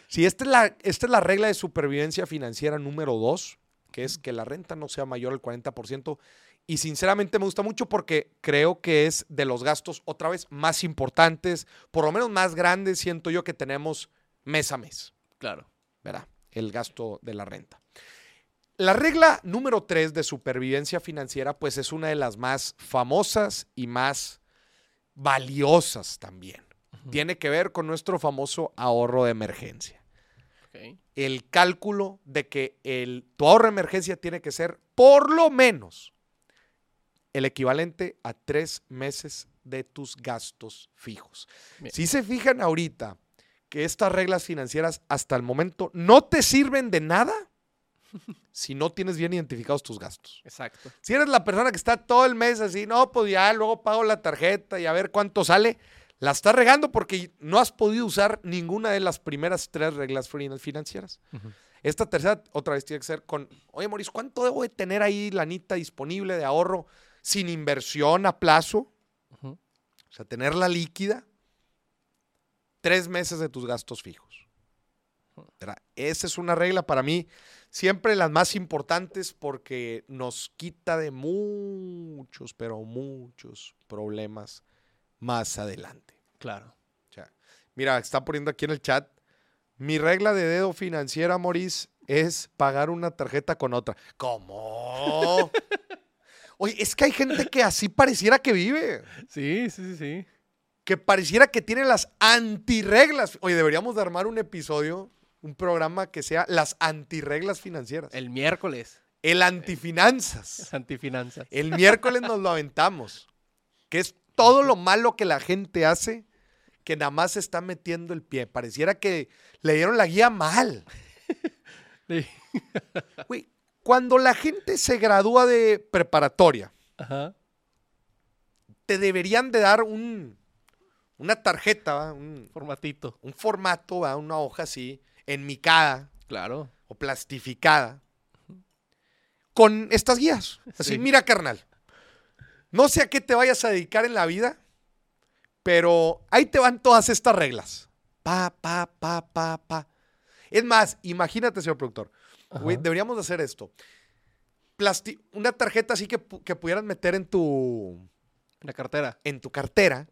[SPEAKER 1] Sí, esta es, la, esta es la regla de supervivencia financiera número dos, que es que la renta no sea mayor al 40%. Y sinceramente me gusta mucho porque creo que es de los gastos otra vez más importantes, por lo menos más grandes, siento yo, que tenemos mes a mes,
[SPEAKER 2] Claro.
[SPEAKER 1] ¿verdad? El gasto de la renta. La regla número tres de supervivencia financiera, pues es una de las más famosas y más valiosas también
[SPEAKER 2] Ujú.
[SPEAKER 1] tiene que ver con nuestro famoso ahorro de emergencia.
[SPEAKER 2] Ok.
[SPEAKER 1] El cálculo de que el, tu ahorro de emergencia tiene que ser por lo menos el equivalente a tres meses de tus gastos fijos.
[SPEAKER 2] Bien.
[SPEAKER 1] Si se fijan ahorita que estas reglas financieras hasta el momento no te sirven de nada si no tienes bien identificados tus gastos.
[SPEAKER 2] Exacto.
[SPEAKER 1] Si eres la persona que está todo el mes así, no, pues ya luego pago la tarjeta y a ver cuánto sale, la estás regando porque no has podido usar ninguna de las primeras tres reglas fin- financieras.
[SPEAKER 2] Ujú.
[SPEAKER 1] Esta tercera otra vez tiene que ser con, oye Moris, ¿cuánto debo de tener ahí lanita disponible de ahorro sin inversión a plazo?
[SPEAKER 2] Ujú.
[SPEAKER 1] O sea, tenerla líquida tres meses de tus gastos fijos. ¿Verdad? Esa es una regla para mí, siempre las más importantes porque nos quita de muchos, pero muchos problemas más adelante.
[SPEAKER 2] Claro.
[SPEAKER 1] O sea, mira, está poniendo aquí en el chat. Mi regla de dedo financiera, Moris, es pagar una tarjeta con otra. ¿Cómo? Oye, es que hay gente que así pareciera que vive,
[SPEAKER 2] Sí, sí, sí, sí.
[SPEAKER 1] que pareciera que tiene las antirreglas. Oye, deberíamos de armar un episodio, un programa que sea las antirreglas financieras. El,
[SPEAKER 2] El miércoles,
[SPEAKER 1] antifinanzas.
[SPEAKER 2] antifinanzas.
[SPEAKER 1] El miércoles nos lo aventamos, que es todo lo malo que la gente hace, que nada más se está metiendo el pie. Pareciera que le dieron la guía mal.
[SPEAKER 2] Sí.
[SPEAKER 1] Güey, cuando la gente se gradúa de preparatoria,
[SPEAKER 2] Ajá.
[SPEAKER 1] te deberían de dar un, una tarjeta, ¿va? un,
[SPEAKER 2] Formatito.
[SPEAKER 1] un formato, ¿va? una hoja así, enmicada
[SPEAKER 2] Claro.
[SPEAKER 1] o plastificada, con estas guías. Así,
[SPEAKER 2] Sí.
[SPEAKER 1] mira, carnal, no sé a qué te vayas a dedicar en la vida, pero ahí te van todas estas reglas. Pa, pa, pa, pa, pa. Es más, imagínate, señor productor, Güey,
[SPEAKER 2] Ajá.
[SPEAKER 1] deberíamos de hacer esto. Plasti- una tarjeta así que, pu- que pudieras meter en tu,
[SPEAKER 2] La cartera.
[SPEAKER 1] en tu cartera,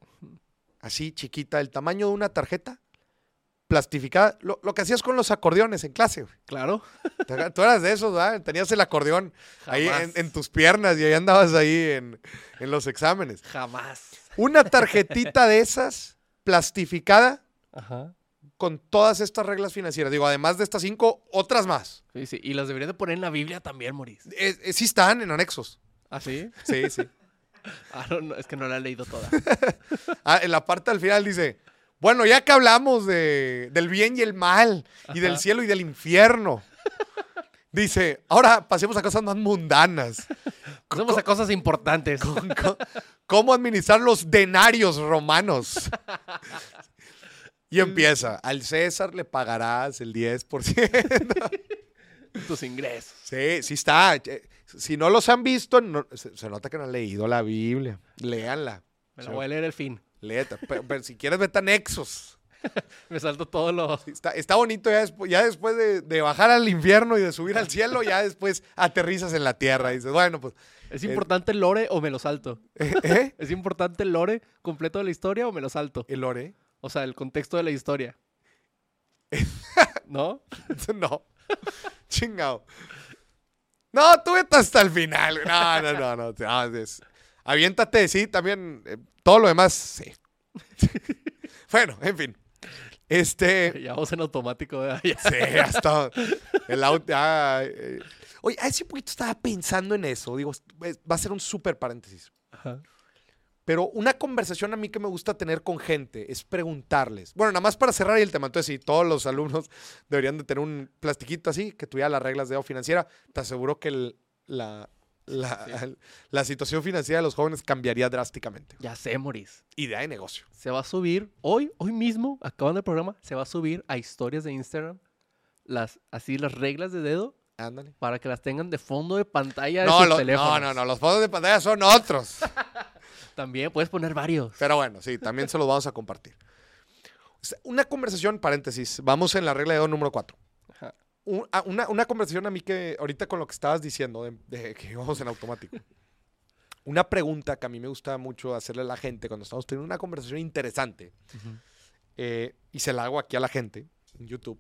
[SPEAKER 1] así chiquita, el tamaño de una tarjeta, plastificada. Lo, lo que hacías con los acordeones en clase. güey.
[SPEAKER 2] Claro.
[SPEAKER 1] Te acuerdas- Tú eras de esos, ¿verdad? Tenías el acordeón ahí en,
[SPEAKER 2] Jamás.
[SPEAKER 1] en tus piernas y ahí andabas ahí en, en los exámenes.
[SPEAKER 2] Jamás.
[SPEAKER 1] Una tarjetita de esas, plastificada,
[SPEAKER 2] Ajá.
[SPEAKER 1] con todas estas reglas financieras. Digo, además de estas cinco, otras más.
[SPEAKER 2] Sí, sí. Y las deberían de poner en la Biblia también, Moris.
[SPEAKER 1] Eh, eh, sí están en anexos.
[SPEAKER 2] ¿Ah, sí?
[SPEAKER 1] Sí, sí.
[SPEAKER 2] Ah, no, no, es que no la he leído toda.
[SPEAKER 1] Ah, en la parte al final dice, bueno, ya que hablamos de, del bien y el mal, y del
[SPEAKER 2] Ajá.
[SPEAKER 1] cielo y del infierno, dice, ahora pasemos a cosas más mundanas.
[SPEAKER 2] Pasemos a cosas importantes.
[SPEAKER 1] Co- ¿Cómo administrar los denarios romanos? Y empieza, al César le pagarás el 10%.
[SPEAKER 2] Tus ingresos.
[SPEAKER 1] Sí, sí está. Eh, Si no los han visto, no- se, se nota que no han leído la Biblia. Léanla.
[SPEAKER 2] Me la voy a leer el fin.
[SPEAKER 1] Léete. Pero, pero si quieres, vete a anexos.
[SPEAKER 2] Me salto todo lo...
[SPEAKER 1] Está, está bonito ya, despu- ya después de, de bajar al infierno y de subir al cielo, ya después aterrizas en la tierra. Y dices, bueno, pues,
[SPEAKER 2] ¿Es importante el lore o me lo salto?
[SPEAKER 1] ¿eh? ¿eh?
[SPEAKER 2] ¿Es importante el lore completo de la historia o me lo salto?
[SPEAKER 1] ¿El lore?
[SPEAKER 2] O sea, el contexto de la historia. ¿No?
[SPEAKER 1] No. Chingado. No, tú vete hasta el final. güey. No, no, no, no. no, es- aviéntate, sí, también. eh, todo lo demás, sí. Bueno, en fin. Este.
[SPEAKER 2] Ya vamos en automático. ¿verdad? Ya.
[SPEAKER 1] Sí, hasta el auto. ah, eh. Oye, hace poquito estaba pensando en eso. Digo, es- va a ser un súper paréntesis.
[SPEAKER 2] Ajá.
[SPEAKER 1] Pero una conversación a mí que me gusta tener con gente es preguntarles. Bueno, nada más para cerrar el tema. Entonces, sí, todos los alumnos deberían de tener un plastiquito así que tuviera las reglas de o financiera. Te aseguro que el- la, la, la situación financiera de los jóvenes cambiaría drásticamente.
[SPEAKER 2] Ya sé, Moris.
[SPEAKER 1] Idea de negocio.
[SPEAKER 2] Se va a subir hoy, hoy mismo, acabando el programa, se va a subir a historias de Instagram las así las reglas de dedo
[SPEAKER 1] Ándale.
[SPEAKER 2] para que las tengan de fondo de pantalla de
[SPEAKER 1] No,
[SPEAKER 2] sus
[SPEAKER 1] lo- no,
[SPEAKER 2] teléfonos.
[SPEAKER 1] no, no. Los fondos de pantalla son otros.
[SPEAKER 2] También puedes poner varios.
[SPEAKER 1] Pero bueno, sí, también se los vamos a compartir. O sea, Una conversación, paréntesis. Vamos en la regla de dedo número 4.
[SPEAKER 2] Ajá.
[SPEAKER 1] Una, una conversación a mí que ahorita con lo que estabas diciendo, de, de que íbamos en automático. Una pregunta que a mí me gusta mucho hacerle a la gente cuando estamos teniendo una conversación interesante,
[SPEAKER 2] Ujú.
[SPEAKER 1] eh, y se la hago aquí a la gente en YouTube.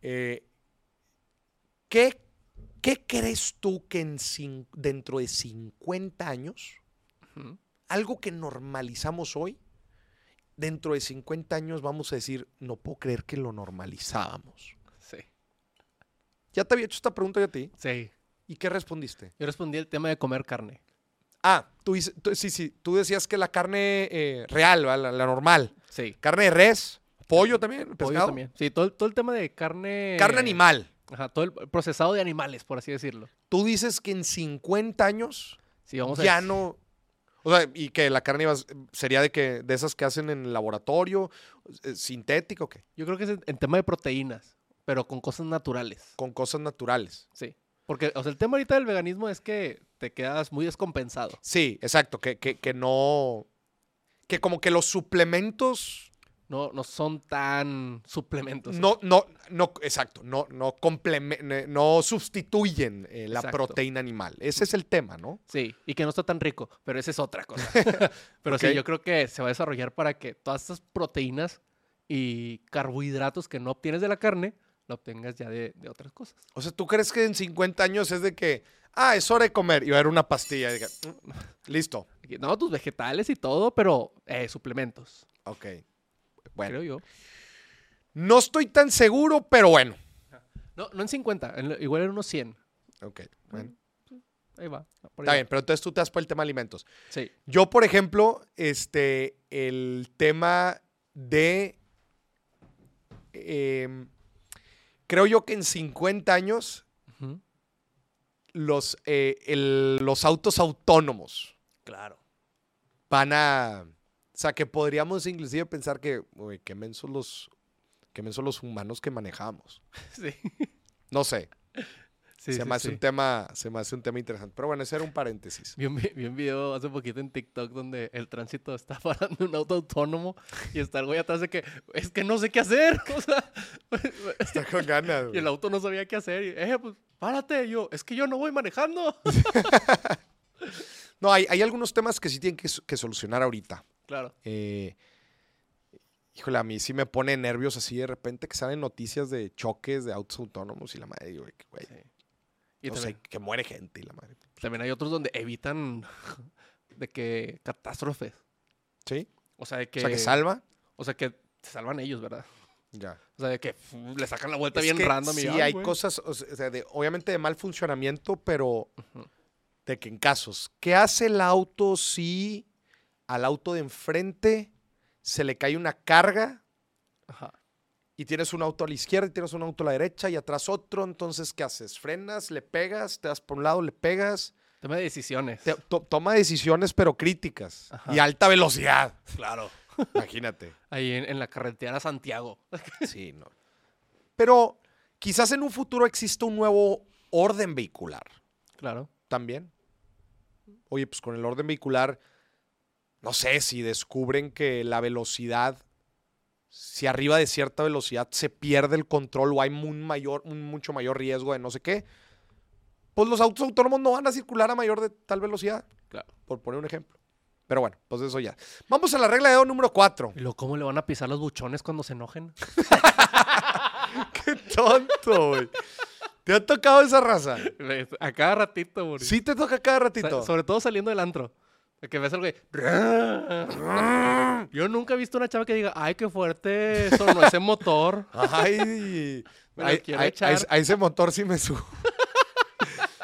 [SPEAKER 1] eh, ¿qué, ¿Qué crees tú que en cin- dentro de 50 años
[SPEAKER 2] Ujú.
[SPEAKER 1] algo que normalizamos hoy, dentro de 50 años vamos a decir, no puedo creer que lo normalizábamos.
[SPEAKER 2] Sí.
[SPEAKER 1] Ya te había hecho esta pregunta yo a ti.
[SPEAKER 2] Sí.
[SPEAKER 1] ¿Y qué respondiste?
[SPEAKER 2] Yo respondí el tema de comer carne.
[SPEAKER 1] Ah, tú, dices- tú- sí, sí, tú decías que la carne eh, real, ¿va? la, la normal.
[SPEAKER 2] Sí.
[SPEAKER 1] Carne de res, pollo también,
[SPEAKER 2] Pollo
[SPEAKER 1] pescado.
[SPEAKER 2] también. Sí, todo, el- todo el tema de carne.
[SPEAKER 1] Carne animal.
[SPEAKER 2] Ajá, todo el procesado de animales, por así decirlo.
[SPEAKER 1] Tú dices que en 50 años
[SPEAKER 2] Sí, vamos a
[SPEAKER 1] ya no... O sea, y que la carne iba a s- sería de que de esas que hacen en el laboratorio, eh, sintético, ¿o qué?
[SPEAKER 2] Yo creo que es en, en tema de proteínas, pero con cosas naturales.
[SPEAKER 1] con cosas naturales.
[SPEAKER 2] Sí. Porque, o sea, el tema ahorita del veganismo es que te quedas muy descompensado.
[SPEAKER 1] Sí, exacto, que, que, que no... que como que los suplementos
[SPEAKER 2] No, no son tan suplementos.
[SPEAKER 1] no, no, no, exacto, no, no, complemen- eh, no sustituyen eh, la
[SPEAKER 2] Exacto.
[SPEAKER 1] proteína animal. Ese es el tema, ¿no?
[SPEAKER 2] Sí, y que no está tan rico, pero esa es otra cosa. pero
[SPEAKER 1] Ok.
[SPEAKER 2] sí, yo creo que se va a desarrollar para que todas estas proteínas y carbohidratos que no obtienes de la carne, la obtengas ya de, de otras cosas.
[SPEAKER 1] O sea, ¿tú crees que en 50 años es de que, ah, es hora de comer y va a haber una pastilla? Y diga, "Mm, Listo,
[SPEAKER 2] Aquí- No, tus vegetales y todo, pero eh, suplementos,
[SPEAKER 1] ok. Bueno,
[SPEAKER 2] creo yo.
[SPEAKER 1] no estoy tan seguro, pero bueno.
[SPEAKER 2] No, no en 50, en lo- igual en unos 100.
[SPEAKER 1] Ok, bueno.
[SPEAKER 2] Ahí va. por ahí
[SPEAKER 1] Está
[SPEAKER 2] va.
[SPEAKER 1] bien, pero entonces tú te das por el tema alimentos.
[SPEAKER 2] Sí.
[SPEAKER 1] Yo, por ejemplo, este, el tema de... em, creo yo que en 50 años
[SPEAKER 2] Ujú.
[SPEAKER 1] los, eh, el- los autos autónomos
[SPEAKER 2] Claro.
[SPEAKER 1] van a... O sea, que podríamos inclusive pensar que, uy, qué mensos los, qué mensos los humanos que manejamos.
[SPEAKER 2] Sí.
[SPEAKER 1] No sé,
[SPEAKER 2] Sí,
[SPEAKER 1] se,
[SPEAKER 2] sí,
[SPEAKER 1] me hace
[SPEAKER 2] sí.
[SPEAKER 1] un tema, se me hace un tema interesante. Pero bueno, ese era un paréntesis.
[SPEAKER 2] Vi un, vi- vi un video hace poquito en TikTok donde el tránsito está parando un auto autónomo y está el güey atrás de que es que no sé qué hacer. O sea,
[SPEAKER 1] Está con ganas.
[SPEAKER 2] y
[SPEAKER 1] güey.
[SPEAKER 2] el auto no sabía qué hacer. Y, eh, pues párate. Y yo, es que yo no voy manejando.
[SPEAKER 1] No, hay, hay algunos temas que sí tienen que, so- que solucionar ahorita.
[SPEAKER 2] claro.
[SPEAKER 1] Eh, híjole, a mí sí me pone nervios así de repente que salen noticias de choques de autos autónomos y la madre, digo, que, güey,
[SPEAKER 2] Sí. Y
[SPEAKER 1] no sé,
[SPEAKER 2] también,
[SPEAKER 1] que muere gente y la madre.
[SPEAKER 2] también hay otros donde evitan de que catástrofes.
[SPEAKER 1] ¿Sí?
[SPEAKER 2] O sea, de que.
[SPEAKER 1] O sea, que salva.
[SPEAKER 2] o sea, que se salvan ellos, ¿verdad?
[SPEAKER 1] Ya.
[SPEAKER 2] O sea, de que pf, le sacan la vuelta
[SPEAKER 1] Es
[SPEAKER 2] bien
[SPEAKER 1] que
[SPEAKER 2] random. y,
[SPEAKER 1] Sí,
[SPEAKER 2] "Ay,
[SPEAKER 1] hay
[SPEAKER 2] güey".
[SPEAKER 1] cosas, o sea, de- obviamente de mal funcionamiento, pero
[SPEAKER 2] Ujú.
[SPEAKER 1] de que en casos. ¿Qué hace el auto si al auto de enfrente se le cae una carga
[SPEAKER 2] Ajá.
[SPEAKER 1] y tienes un auto a la izquierda y tienes un auto a la derecha y atrás otro, entonces ¿qué haces? Frenas, le pegas, te das por un lado, le pegas,
[SPEAKER 2] Tema de decisiones.
[SPEAKER 1] te- to- toma decisiones pero críticas
[SPEAKER 2] Ajá.
[SPEAKER 1] y a alta velocidad.
[SPEAKER 2] Claro.
[SPEAKER 1] Imagínate.
[SPEAKER 2] Ahí en, en la carretera Santiago.
[SPEAKER 1] sí, no. Pero quizás en un futuro exista un nuevo orden vehicular
[SPEAKER 2] Claro.
[SPEAKER 1] también. Oye, pues con el orden vehicular, no sé si descubren que la velocidad, si arriba de cierta velocidad se pierde el control o hay un, mayor, un mucho mayor riesgo de no sé qué, pues los autos autónomos no van a circular a mayor de tal velocidad,
[SPEAKER 2] Claro.
[SPEAKER 1] por poner un ejemplo. Pero bueno, pues eso ya. Vamos a la regla de oro número 4.
[SPEAKER 2] ¿Y luego cómo le van a pisar los buchones cuando se enojen?
[SPEAKER 1] ¡Qué tonto, güey! ¿Te ha tocado esa raza?
[SPEAKER 2] A cada ratito, güey.
[SPEAKER 1] Sí te toca cada
[SPEAKER 2] O sea,
[SPEAKER 1] ratito.
[SPEAKER 2] sobre todo saliendo del antro. De Que ves al güey. Yo nunca he visto una chava que diga, ay, qué fuerte sonó ese motor.
[SPEAKER 1] Ay,
[SPEAKER 2] Me lo
[SPEAKER 1] ay,
[SPEAKER 2] quiero
[SPEAKER 1] ay,
[SPEAKER 2] echar.
[SPEAKER 1] a ese- A, ese motor sí me subo.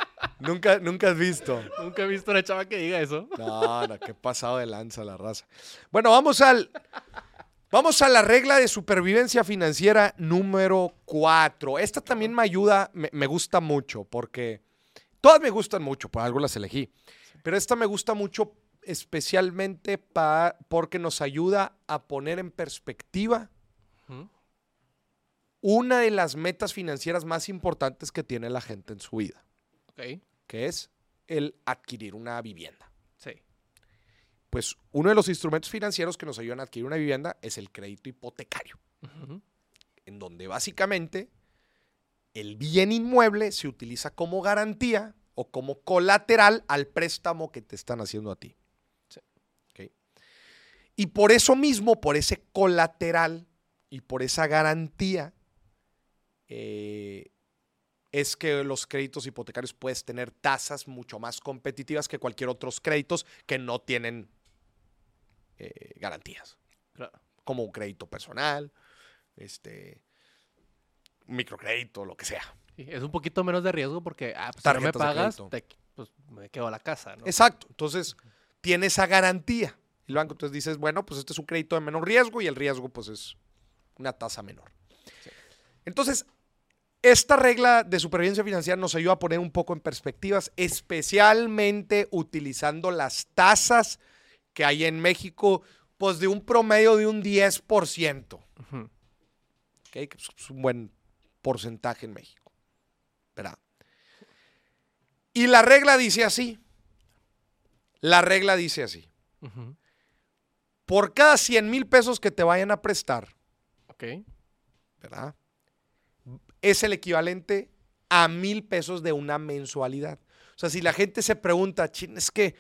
[SPEAKER 1] nunca, nunca has visto.
[SPEAKER 2] Nunca he visto una chava que diga eso.
[SPEAKER 1] No, no, qué pasado de lanza la raza. Bueno, vamos al. Vamos a la regla de supervivencia financiera número 4. Esta también me ayuda, me, me gusta mucho, porque todas me gustan mucho, por algo las elegí. Pero esta me gusta mucho especialmente pa- porque nos ayuda a poner en perspectiva
[SPEAKER 2] Ujú.
[SPEAKER 1] una de las metas financieras más importantes que tiene la gente en su vida,
[SPEAKER 2] Ok.
[SPEAKER 1] que es el adquirir una vivienda.
[SPEAKER 2] Sí.
[SPEAKER 1] Pues uno de los instrumentos financieros que nos ayudan a adquirir una vivienda es el crédito hipotecario,
[SPEAKER 2] Ujú.
[SPEAKER 1] en donde básicamente el bien inmueble se utiliza como garantía o como colateral al préstamo que te están haciendo a ti.
[SPEAKER 2] Sí.
[SPEAKER 1] Ok. Y por eso mismo, por ese colateral y por esa garantía, eh, es que los créditos hipotecarios puedes tener tasas mucho más competitivas que cualquier otros créditos que no tienen eh, garantías
[SPEAKER 2] Claro.
[SPEAKER 1] como un crédito personal, este un microcrédito, lo que sea.
[SPEAKER 2] Sí, es un poquito menos de riesgo porque, ah, pues, si no
[SPEAKER 1] Tarjetas
[SPEAKER 2] me
[SPEAKER 1] de
[SPEAKER 2] pagas,
[SPEAKER 1] crédito.
[SPEAKER 2] te- pues me quedo a la casa, ¿no?
[SPEAKER 1] Exacto. Entonces, tiene esa garantía. El banco entonces dices, bueno, pues este es un crédito de menor riesgo y el riesgo pues es una tasa menor. Entonces, esta regla de supervivencia financiera nos ayuda a poner un poco en perspectivas, especialmente utilizando las tasas que hay en México, pues de un promedio de un 10%.
[SPEAKER 2] Ujú.
[SPEAKER 1] ¿ok? que pues, es un buen porcentaje en México. ¿verdad? Y la regla dice así. La regla dice así.
[SPEAKER 2] Ujú.
[SPEAKER 1] Por cada 100 mil pesos que te vayan a prestar,
[SPEAKER 2] Ok.
[SPEAKER 1] ¿verdad? Es el equivalente a mil pesos de una mensualidad. O sea, si la gente se pregunta, chin, es que,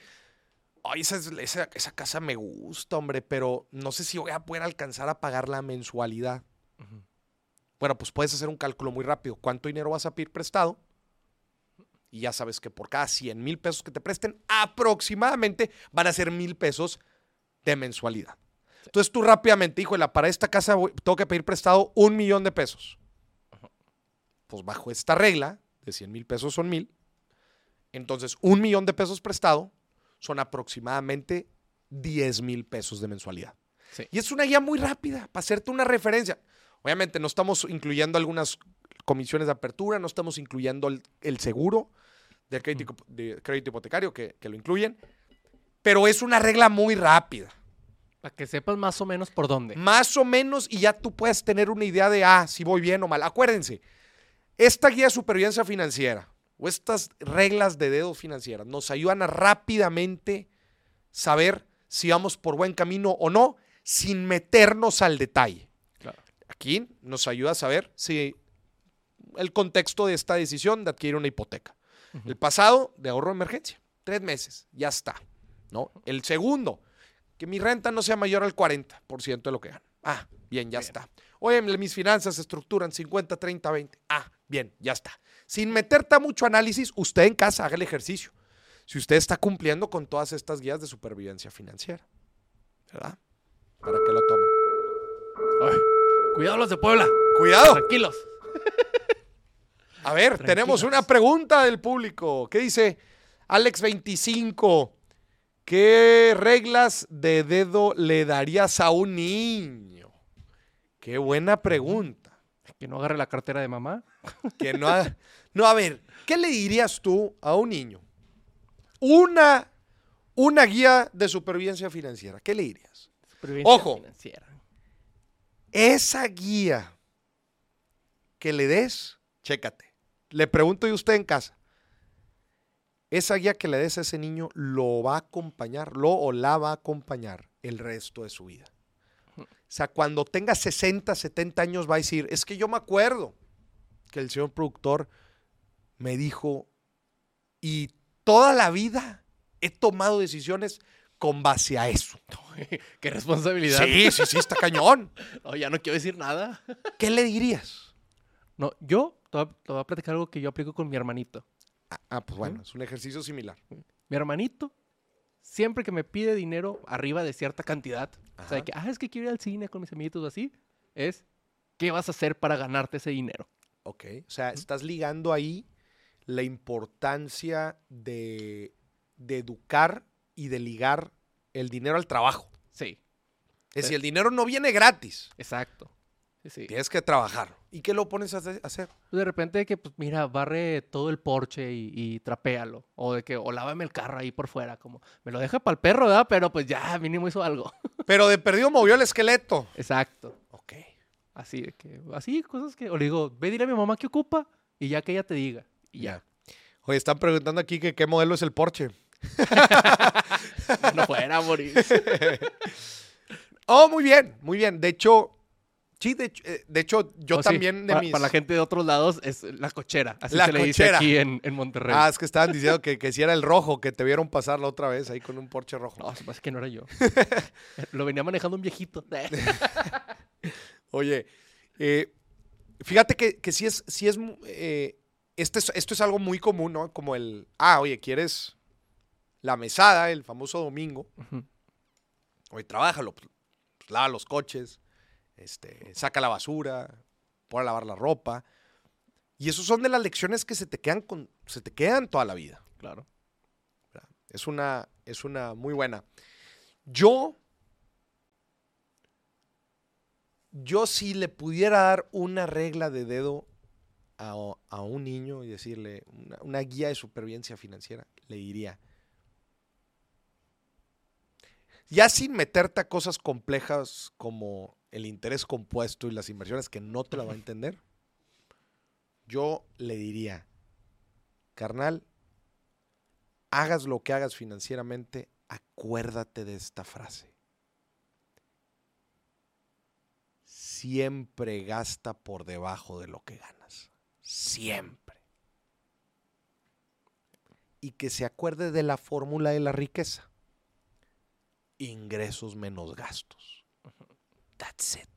[SPEAKER 1] ay, esa, es- esa- esa casa me gusta, hombre, pero no sé si voy a poder alcanzar a pagar la mensualidad.
[SPEAKER 2] Ujú.
[SPEAKER 1] Bueno, pues puedes hacer un cálculo muy rápido. ¿Cuánto dinero vas a pedir prestado? Y ya sabes que por cada 100 mil pesos que te presten, aproximadamente van a ser mil pesos de mensualidad. Entonces tú rápidamente, híjole, para esta casa voy- tengo que pedir prestado un millón de pesos. Pues bajo esta regla, de 100 mil pesos son mil. Entonces, un millón de pesos prestado son aproximadamente 10 mil pesos de mensualidad.
[SPEAKER 2] Sí.
[SPEAKER 1] Y es una guía muy rápida para hacerte una referencia. Obviamente, no estamos incluyendo algunas comisiones de apertura, no estamos incluyendo el, el seguro del crédito, hipo- de crédito hipotecario que, que lo incluyen, pero es una regla muy rápida.
[SPEAKER 2] Para que sepas más o menos por dónde.
[SPEAKER 1] Más o menos, y ya tú puedes tener una idea de, ah, si voy bien o mal. Acuérdense, esta guía de supervivencia financiera o estas reglas de dedos financieras nos ayudan a rápidamente saber si vamos por buen camino o no, sin meternos al detalle.
[SPEAKER 2] Claro.
[SPEAKER 1] Aquí nos ayuda a saber si el contexto de esta decisión de adquirir una hipoteca.
[SPEAKER 2] Ujú.
[SPEAKER 1] El pasado, de ahorro de emergencia, tres meses, ya está. ¿no? El segundo, que mi renta no sea mayor al 40% de lo que gano. Ah, bien, ya
[SPEAKER 2] Bien.
[SPEAKER 1] está. Oye, mis finanzas se estructuran 50, 30, 20. Ah, bien, ya está. Sin meterte a mucho análisis, usted en casa haga el ejercicio. Si usted está cumpliendo con todas estas guías de supervivencia financiera. ¿Verdad? Para que lo tome.
[SPEAKER 2] Ay, Cuidado los de Puebla.
[SPEAKER 1] Cuidado.
[SPEAKER 2] Tranquilos.
[SPEAKER 1] A ver, tenemos una pregunta del público. ¿Qué dice Alex25? ¿Qué reglas de dedo le darías a un niño? Qué buena pregunta.
[SPEAKER 2] Que no agarre la cartera de mamá.
[SPEAKER 1] Que no, ha- no, a ver, ¿qué le dirías tú a un niño? Una, una guía de supervivencia financiera. ¿Qué le dirías?
[SPEAKER 2] Supervivencia
[SPEAKER 1] Ojo.
[SPEAKER 2] financiera.
[SPEAKER 1] Esa guía que le des, chécate. Le pregunto yo a usted en casa. Esa guía que le des a ese niño lo va a acompañar, lo o la va a acompañar el resto de su vida. O sea, cuando tenga 60, 70 años va a decir, es que yo me acuerdo que el señor productor me dijo, y toda la vida he tomado decisiones con base a eso.
[SPEAKER 2] Qué responsabilidad.
[SPEAKER 1] Sí, sí, sí, está cañón.
[SPEAKER 2] No, ya no quiero decir nada.
[SPEAKER 1] ¿Qué le dirías?
[SPEAKER 2] No, yo te voy, a, te voy a platicar algo que yo aplico con mi hermanito.
[SPEAKER 1] Ah, ah, pues bueno, es un ejercicio similar.
[SPEAKER 2] Mi hermanito, siempre que me pide dinero arriba de cierta cantidad, o sea, de
[SPEAKER 1] Ajá.
[SPEAKER 2] que, ah, es que quiero ir al cine con mis amiguitos o así, es, ¿qué vas a hacer para ganarte ese dinero?
[SPEAKER 1] Ok. O sea, estás ligando ahí la importancia de, de educar y de ligar el dinero al trabajo.
[SPEAKER 2] Sí,
[SPEAKER 1] Es
[SPEAKER 2] Sí.
[SPEAKER 1] decir, el dinero no viene gratis.
[SPEAKER 2] exacto. Sí, sí.
[SPEAKER 1] Tienes que trabajar. ¿Y qué lo pones a hace- a hacer?
[SPEAKER 2] De repente de que, pues, mira, barre todo el porche y, y trapéalo. O de que, o lávame el carro ahí por fuera, como, me lo deja para el perro, ¿verdad? Pero pues ya, mínimo hizo algo.
[SPEAKER 1] Pero de perdido movió el esqueleto.
[SPEAKER 2] Exacto.
[SPEAKER 1] Ok.
[SPEAKER 2] Así, de que, así, cosas que, o le digo, ve, dile a mi mamá qué ocupa y ya que ella te diga. Y ya.
[SPEAKER 1] Oye, están preguntando aquí que qué modelo es el Porsche.
[SPEAKER 2] no fuera a morir.
[SPEAKER 1] Oh, muy bien, muy bien. De hecho, sí, de, hecho- eh, de hecho, yo
[SPEAKER 2] Oh, sí,
[SPEAKER 1] también de
[SPEAKER 2] para,
[SPEAKER 1] mis...
[SPEAKER 2] para la gente de otros lados es la cochera. Así
[SPEAKER 1] La
[SPEAKER 2] se le dice
[SPEAKER 1] cochera.
[SPEAKER 2] aquí en, en Monterrey.
[SPEAKER 1] Ah, es que estaban diciendo que, que si era el rojo, que te vieron pasar la otra vez ahí con un Porsche rojo.
[SPEAKER 2] No, se pasa que no era yo. Eh, Lo venía manejando un viejito. Eh,
[SPEAKER 1] Oye, eh, fíjate que, que sí es, sí es, mu- eh, este es- esto es algo muy común, ¿no? Como el, ah, oye, ¿quieres la mesada, el famoso domingo?
[SPEAKER 2] Ujú.
[SPEAKER 1] Oye, trabájalo, pues, pues, lava los coches, este, saca la basura, pon a lavar la ropa. Y esos son de las lecciones que se te quedan, con, se te quedan toda la vida.
[SPEAKER 2] claro.
[SPEAKER 1] Es una, es una muy buena. Yo, yo si le pudiera dar una regla de dedo a, o- a un niño y decirle una, una guía de supervivencia financiera, le diría, ya sin meterte a cosas complejas como el interés compuesto y las inversiones que no te la va a entender, yo le diría, carnal, hagas lo que hagas financieramente, acuérdate de esta frase. siempre gasta por debajo de lo que ganas. Siempre. Y que se acuerde de la fórmula de la riqueza. Ingresos menos gastos. That's it.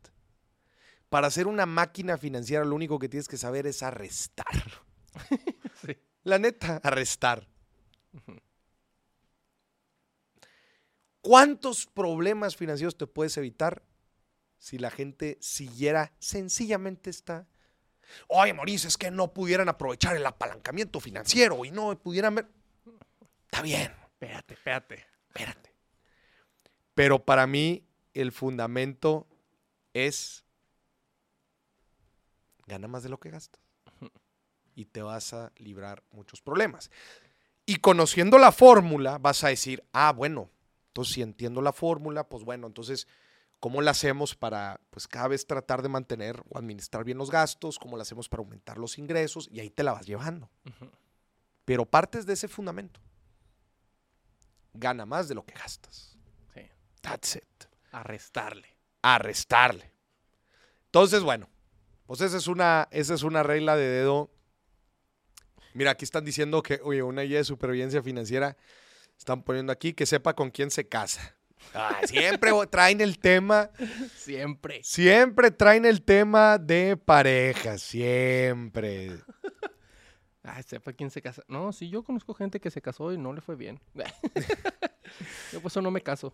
[SPEAKER 1] Para ser una máquina financiera lo único que tienes que saber es arrestar.
[SPEAKER 2] Sí.
[SPEAKER 1] La neta, arrestar. ¿Cuántos problemas financieros te puedes evitar si la gente siguiera sencillamente esta? Oye, Mauricio, es que no pudieran aprovechar el apalancamiento financiero y no pudieran ver. Está bien,
[SPEAKER 2] Espérate, espérate.
[SPEAKER 1] espérate. Pero para mí, el fundamento es gana más de lo que gastas y te vas a librar muchos problemas. Y conociendo la fórmula, vas a decir, ah, bueno, entonces si entiendo la fórmula, pues bueno, entonces, ¿cómo la hacemos para, pues cada vez tratar de mantener o administrar bien los gastos? ¿Cómo la hacemos para aumentar los ingresos? Y ahí te la vas llevando.
[SPEAKER 2] Ujú.
[SPEAKER 1] Pero partes de ese fundamento. Gana más de lo que gastas.
[SPEAKER 2] Sí.
[SPEAKER 1] That's it
[SPEAKER 2] Arrestarle.
[SPEAKER 1] arrestarle. Entonces, bueno, pues esa es una, esa es una regla de dedo. Mira, aquí están diciendo que, oye, una guía de supervivencia financiera, están poniendo aquí que sepa con quién se casa. Ah, siempre traen el tema,
[SPEAKER 2] Siempre.
[SPEAKER 1] siempre traen el tema de pareja, siempre.
[SPEAKER 2] Ay, sepa quién se casa. No, sí, yo conozco gente que se casó y no le fue bien. yo por eso no me caso.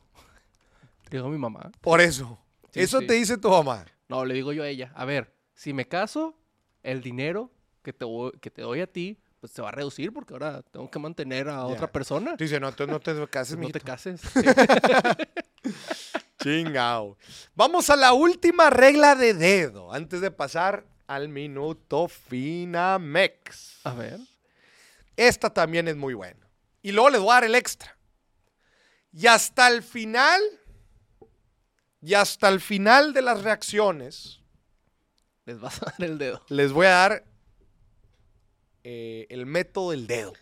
[SPEAKER 2] Le digo a mi mamá.
[SPEAKER 1] Por eso,
[SPEAKER 2] Sí,
[SPEAKER 1] eso
[SPEAKER 2] sí.
[SPEAKER 1] te dice tu mamá.
[SPEAKER 2] No, le digo yo a ella. A ver, si me caso, el dinero que te, voy- que te doy a ti, pues se va a reducir porque ahora tengo que mantener a
[SPEAKER 1] Ya.
[SPEAKER 2] otra persona.
[SPEAKER 1] Te dice, no, entonces no te cases,
[SPEAKER 2] no te
[SPEAKER 1] mijito".
[SPEAKER 2] cases.
[SPEAKER 1] Chingao. Vamos a la última regla de dedo antes de pasar al minuto Finamex.
[SPEAKER 2] A ver.
[SPEAKER 1] Esta también es muy buena. Y luego le voy a dar el extra. Y hasta el final, y hasta el final de las reacciones,
[SPEAKER 2] Les vas a dar el dedo.
[SPEAKER 1] les voy a dar eh, el método del dedo.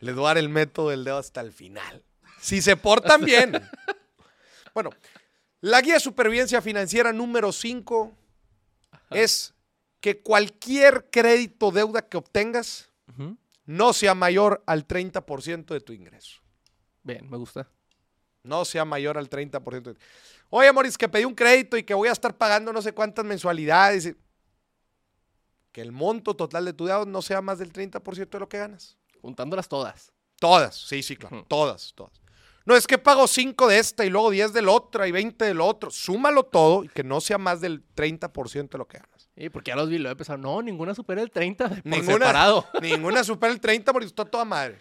[SPEAKER 1] Les voy a dar el método del dedo hasta el final. Si se portan bien. Bueno, la guía de supervivencia financiera número 5 es que cualquier crédito o deuda que obtengas
[SPEAKER 2] Ujú.
[SPEAKER 1] no sea mayor al 30% de tu ingreso.
[SPEAKER 2] Bien, me gusta.
[SPEAKER 1] No sea mayor al 30%. de- Oye, Moris, que pedí un crédito y que voy a estar pagando no sé cuántas mensualidades. y- Que el monto total de tu deuda no sea más del 30% de lo que ganas.
[SPEAKER 2] Juntándolas todas.
[SPEAKER 1] Todas, sí, sí, claro.
[SPEAKER 2] Ujú.
[SPEAKER 1] Todas, todas. No es que pago 5 de esta y luego 10 del otro y 20 del otro. Súmalo todo y que no sea más del 30% de lo que ganas.
[SPEAKER 2] Y porque ya los vi, lo he pensado. No, ninguna supera el 30 por
[SPEAKER 1] Ninguna.
[SPEAKER 2] separado.
[SPEAKER 1] Ninguna supera el 30 porque está toda madre.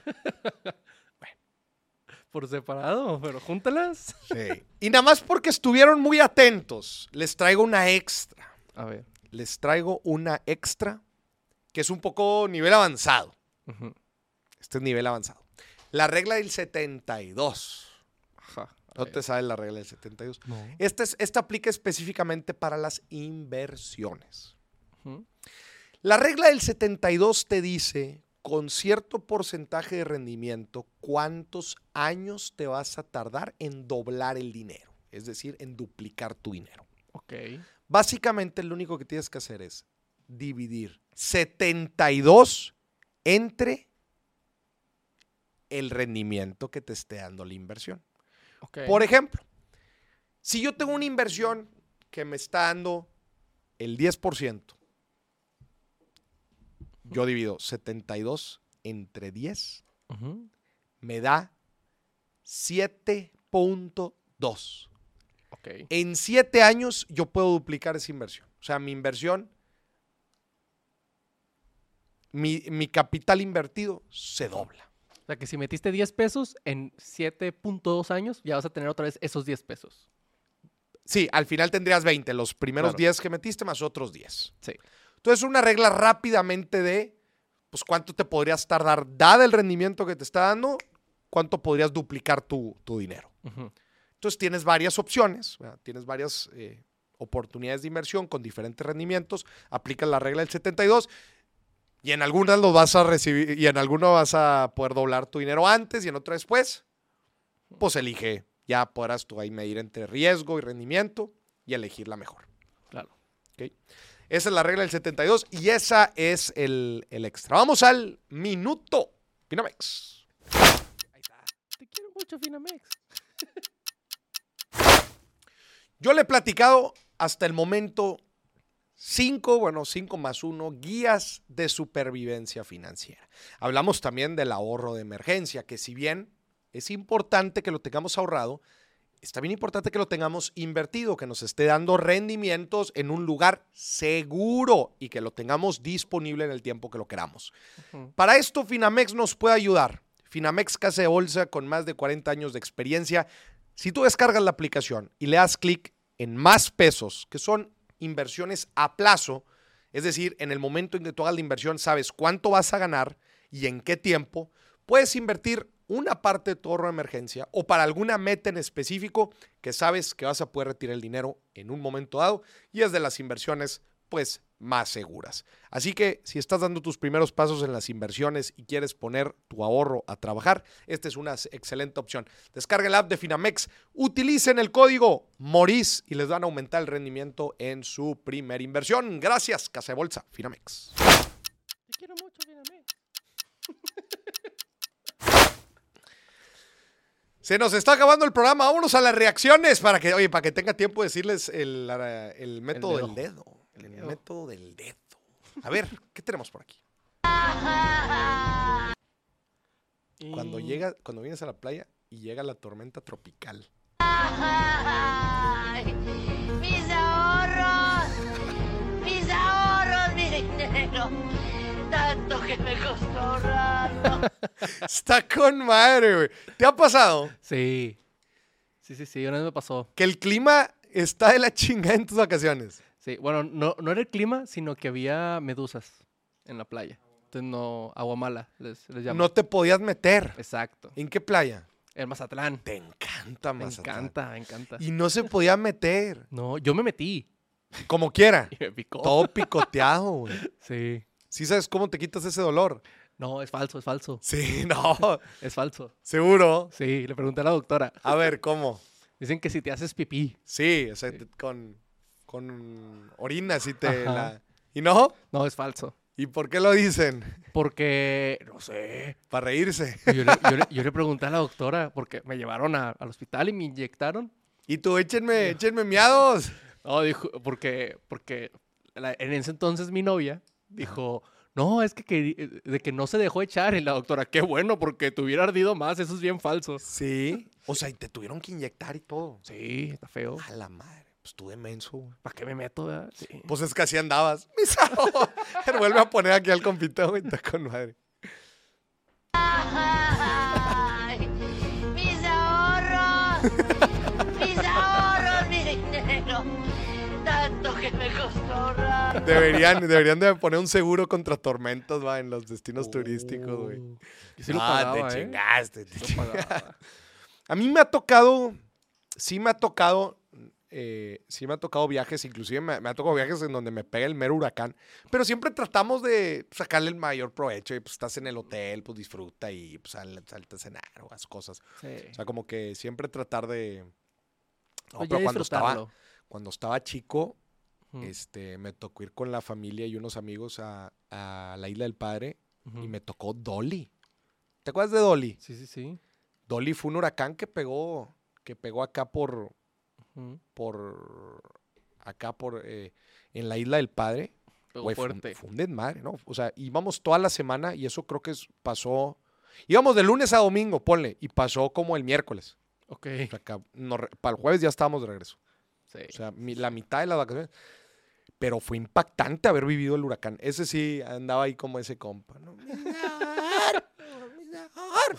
[SPEAKER 2] Por separado, pero júntalas.
[SPEAKER 1] Sí. Y nada más porque estuvieron muy atentos, les traigo una extra.
[SPEAKER 2] A ver.
[SPEAKER 1] les traigo una extra que es un poco nivel avanzado.
[SPEAKER 2] Ujú.
[SPEAKER 1] Este es nivel avanzado. La regla del 72.
[SPEAKER 2] Ajá. A
[SPEAKER 1] No
[SPEAKER 2] ver.
[SPEAKER 1] te Eh, sabes la regla del 72.
[SPEAKER 2] No.
[SPEAKER 1] Esta, Este es, esta aplica específicamente para las inversiones.
[SPEAKER 2] Ujú.
[SPEAKER 1] La regla del 72 te dice, con cierto porcentaje de rendimiento, cuántos años te vas a tardar en doblar el dinero, es decir, en duplicar tu dinero.
[SPEAKER 2] Ok.
[SPEAKER 1] Básicamente lo único que tienes que hacer es dividir 72 entre el rendimiento que te esté dando la inversión.
[SPEAKER 2] Ok.
[SPEAKER 1] Por e- ejemplo, si yo tengo una inversión que me está dando el 10%, yo divido 72 entre 10,
[SPEAKER 2] Ujú.
[SPEAKER 1] me da 7.2
[SPEAKER 2] Ok.
[SPEAKER 1] en siete años yo puedo duplicar esa inversión. O sea, mi inversión, mi, mi capital invertido se dobla.
[SPEAKER 2] O sea que si metiste 10 pesos, en 7.2 años ya vas a tener otra vez esos 10 pesos.
[SPEAKER 1] Sí, al final tendrías 20, los primeros
[SPEAKER 2] Claro.
[SPEAKER 1] 10 que metiste más otros 10.
[SPEAKER 2] Sí.
[SPEAKER 1] Entonces, una regla rápidamente de, pues, cuánto te podrías tardar, dado el rendimiento que te está dando, cuánto podrías duplicar tu, tu dinero.
[SPEAKER 2] Ujú.
[SPEAKER 1] Entonces tienes varias opciones, ¿verdad? tienes varias eh, oportunidades de inversión con diferentes rendimientos, aplicas la regla del 72 y en algunas los vas a recibir y en algunas vas a poder doblar tu dinero antes y en otras después. Pues elige ya podrás tú ahí medir entre riesgo y rendimiento y elegir la mejor.
[SPEAKER 2] Claro.
[SPEAKER 1] ¿ok? Esa es la regla del 72 y esa es el, el extra. Vamos al minuto Pinamex.
[SPEAKER 2] Te quiero mucho, Finamex.
[SPEAKER 1] Yo le he platicado hasta el momento cinco, bueno, cinco más uno, guías de supervivencia financiera. Hablamos también del ahorro de emergencia, que si bien es importante que lo tengamos ahorrado, está bien importante que lo tengamos invertido, que nos esté dando rendimientos en un lugar seguro y que lo tengamos disponible en el tiempo que lo queramos.
[SPEAKER 2] Ujú.
[SPEAKER 1] Para esto Finamex nos puede ayudar. Finamex Casa de Bolsa con más de 40 años de experiencia. Si tú descargas la aplicación y le das clic en más pesos, que son inversiones a plazo, es decir, en el momento en que tú hagas la inversión sabes cuánto vas a ganar y en qué tiempo, puedes invertir una parte de tu ahorro de emergencia o para alguna meta en específico que sabes que vas a poder retirar el dinero en un momento dado y es de las inversiones pues más seguras. Así que si estás dando tus primeros pasos en las inversiones y quieres poner tu ahorro a trabajar, esta es una s- excelente opción. Descarga la app de Finamex, utilicen el código MORIS y les van a aumentar el rendimiento en su primera inversión. Gracias, Casa de Bolsa, Finamex.
[SPEAKER 2] Te quiero mucho, Finamex.
[SPEAKER 1] Se nos está acabando el programa, vámonos a las reacciones para que, oye, para que tenga tiempo de decirles el, la- el método del dedo. El,
[SPEAKER 2] El dedo.
[SPEAKER 1] método del dedo. A ver, ¿qué tenemos por aquí? Cuando
[SPEAKER 2] Y-
[SPEAKER 1] llega, cuando vienes a la playa y llega la tormenta tropical.
[SPEAKER 3] Ay, mis ahorros, mis ahorros, mi dinero, tanto que me costó ahorrarlo.
[SPEAKER 1] Está con madre, güey. ¿Te ha pasado
[SPEAKER 2] Sí. Sí, sí, sí. Una vez me pasó.
[SPEAKER 1] que el clima está de la chingada en tus vacaciones?
[SPEAKER 2] Sí. Bueno, no, no era el clima, sino que había medusas en la playa. Entonces no, agua mala, les, les llaman.
[SPEAKER 1] No te podías meter.
[SPEAKER 2] Exacto.
[SPEAKER 1] ¿En qué playa?
[SPEAKER 2] El Mazatlán.
[SPEAKER 1] Te encanta,
[SPEAKER 2] Me
[SPEAKER 1] Mazatlán.
[SPEAKER 2] encanta, me encanta.
[SPEAKER 1] Y no se podía meter.
[SPEAKER 2] No, yo me metí.
[SPEAKER 1] Como quiera.
[SPEAKER 2] Y me picó.
[SPEAKER 1] Todo picoteado, güey.
[SPEAKER 2] Sí.
[SPEAKER 1] Sí sabes cómo te quitas ese dolor.
[SPEAKER 2] No, es falso, es falso.
[SPEAKER 1] Sí, no.
[SPEAKER 2] Es falso.
[SPEAKER 1] Seguro.
[SPEAKER 2] Sí, le pregunté a la doctora.
[SPEAKER 1] A ver, ¿cómo?
[SPEAKER 2] Dicen que si te haces pipí.
[SPEAKER 1] Sí, o sea, te- con, con orina sí te
[SPEAKER 2] Ajá.
[SPEAKER 1] la... ¿Y no?
[SPEAKER 2] No, es falso.
[SPEAKER 1] ¿Y por qué lo dicen?
[SPEAKER 2] Porque, no sé.
[SPEAKER 1] Para reírse.
[SPEAKER 2] Yo le, yo le- yo le pregunté a la doctora porque me llevaron a- al hospital y me inyectaron.
[SPEAKER 1] Y tú, échenme, échenme miados.
[SPEAKER 2] No, dijo, porque, porque la- en ese entonces mi novia dijo, no, es que, queri- de que no se dejó echar. Y la doctora, qué bueno, porque te hubiera ardido más, eso es bien falso.
[SPEAKER 1] Sí. O sea, y te tuvieron que inyectar y todo.
[SPEAKER 2] Sí, está feo.
[SPEAKER 1] A la madre. Pues tú de menso, güey.
[SPEAKER 2] ¿Para qué me meto? verdad? Sí.
[SPEAKER 1] Pues es que así andabas. Mis ahorros. Vuelve a poner aquí al compito, güey. Está con madre.
[SPEAKER 3] Ay, mis ahorros, mis ahorros, mi dinero, tanto que me costó ahorrarlo.
[SPEAKER 1] Deberían, deberían de poner un seguro contra tormentas, va, en los destinos turísticos, güey.
[SPEAKER 2] Oh. Yo sí lo
[SPEAKER 1] Ah,
[SPEAKER 2] pagaba,
[SPEAKER 1] te
[SPEAKER 2] ¿eh?
[SPEAKER 1] chingaste. te
[SPEAKER 2] Lo
[SPEAKER 1] ching-
[SPEAKER 2] pagaba.
[SPEAKER 1] A mí me ha tocado, sí me ha tocado, eh, sí me ha tocado viajes, inclusive me, me ha tocado viajes en donde me pega el mero huracán, pero siempre tratamos de pues, sacarle el mayor provecho y pues estás en el hotel, pues disfruta y pues sal, salte a cenar o haz cosas.
[SPEAKER 2] Sí.
[SPEAKER 1] O sea, como que siempre tratar de... No,
[SPEAKER 2] Oye,
[SPEAKER 1] pero cuando estaba,
[SPEAKER 2] disfrutarlo.
[SPEAKER 1] cuando estaba chico,
[SPEAKER 2] Ujú,
[SPEAKER 1] este, me tocó ir con la familia y unos amigos a, a la Isla del Padre
[SPEAKER 2] ujú.
[SPEAKER 1] y me tocó Dolly. ¿Te acuerdas de Dolly?
[SPEAKER 2] Sí, sí, sí.
[SPEAKER 1] Dolly fue un huracán que pegó, que pegó acá por,
[SPEAKER 2] Ujú.
[SPEAKER 1] por, acá por, eh, en la Isla del Padre.
[SPEAKER 2] Pegó
[SPEAKER 1] Güey, fue un-
[SPEAKER 2] fuerte.
[SPEAKER 1] Fue, un desmadre, ¿no? O sea, íbamos toda la semana y eso creo que es- pasó, íbamos de lunes a domingo, ponle, y pasó como el miércoles.
[SPEAKER 2] Ok.
[SPEAKER 1] O sea, acá, nos re- para el jueves ya estábamos de regreso.
[SPEAKER 2] Sí.
[SPEAKER 1] O sea, mi- la mitad de las vacaciones. Pero fue impactante haber vivido el huracán. Ese sí andaba ahí como ese compa, ¿no?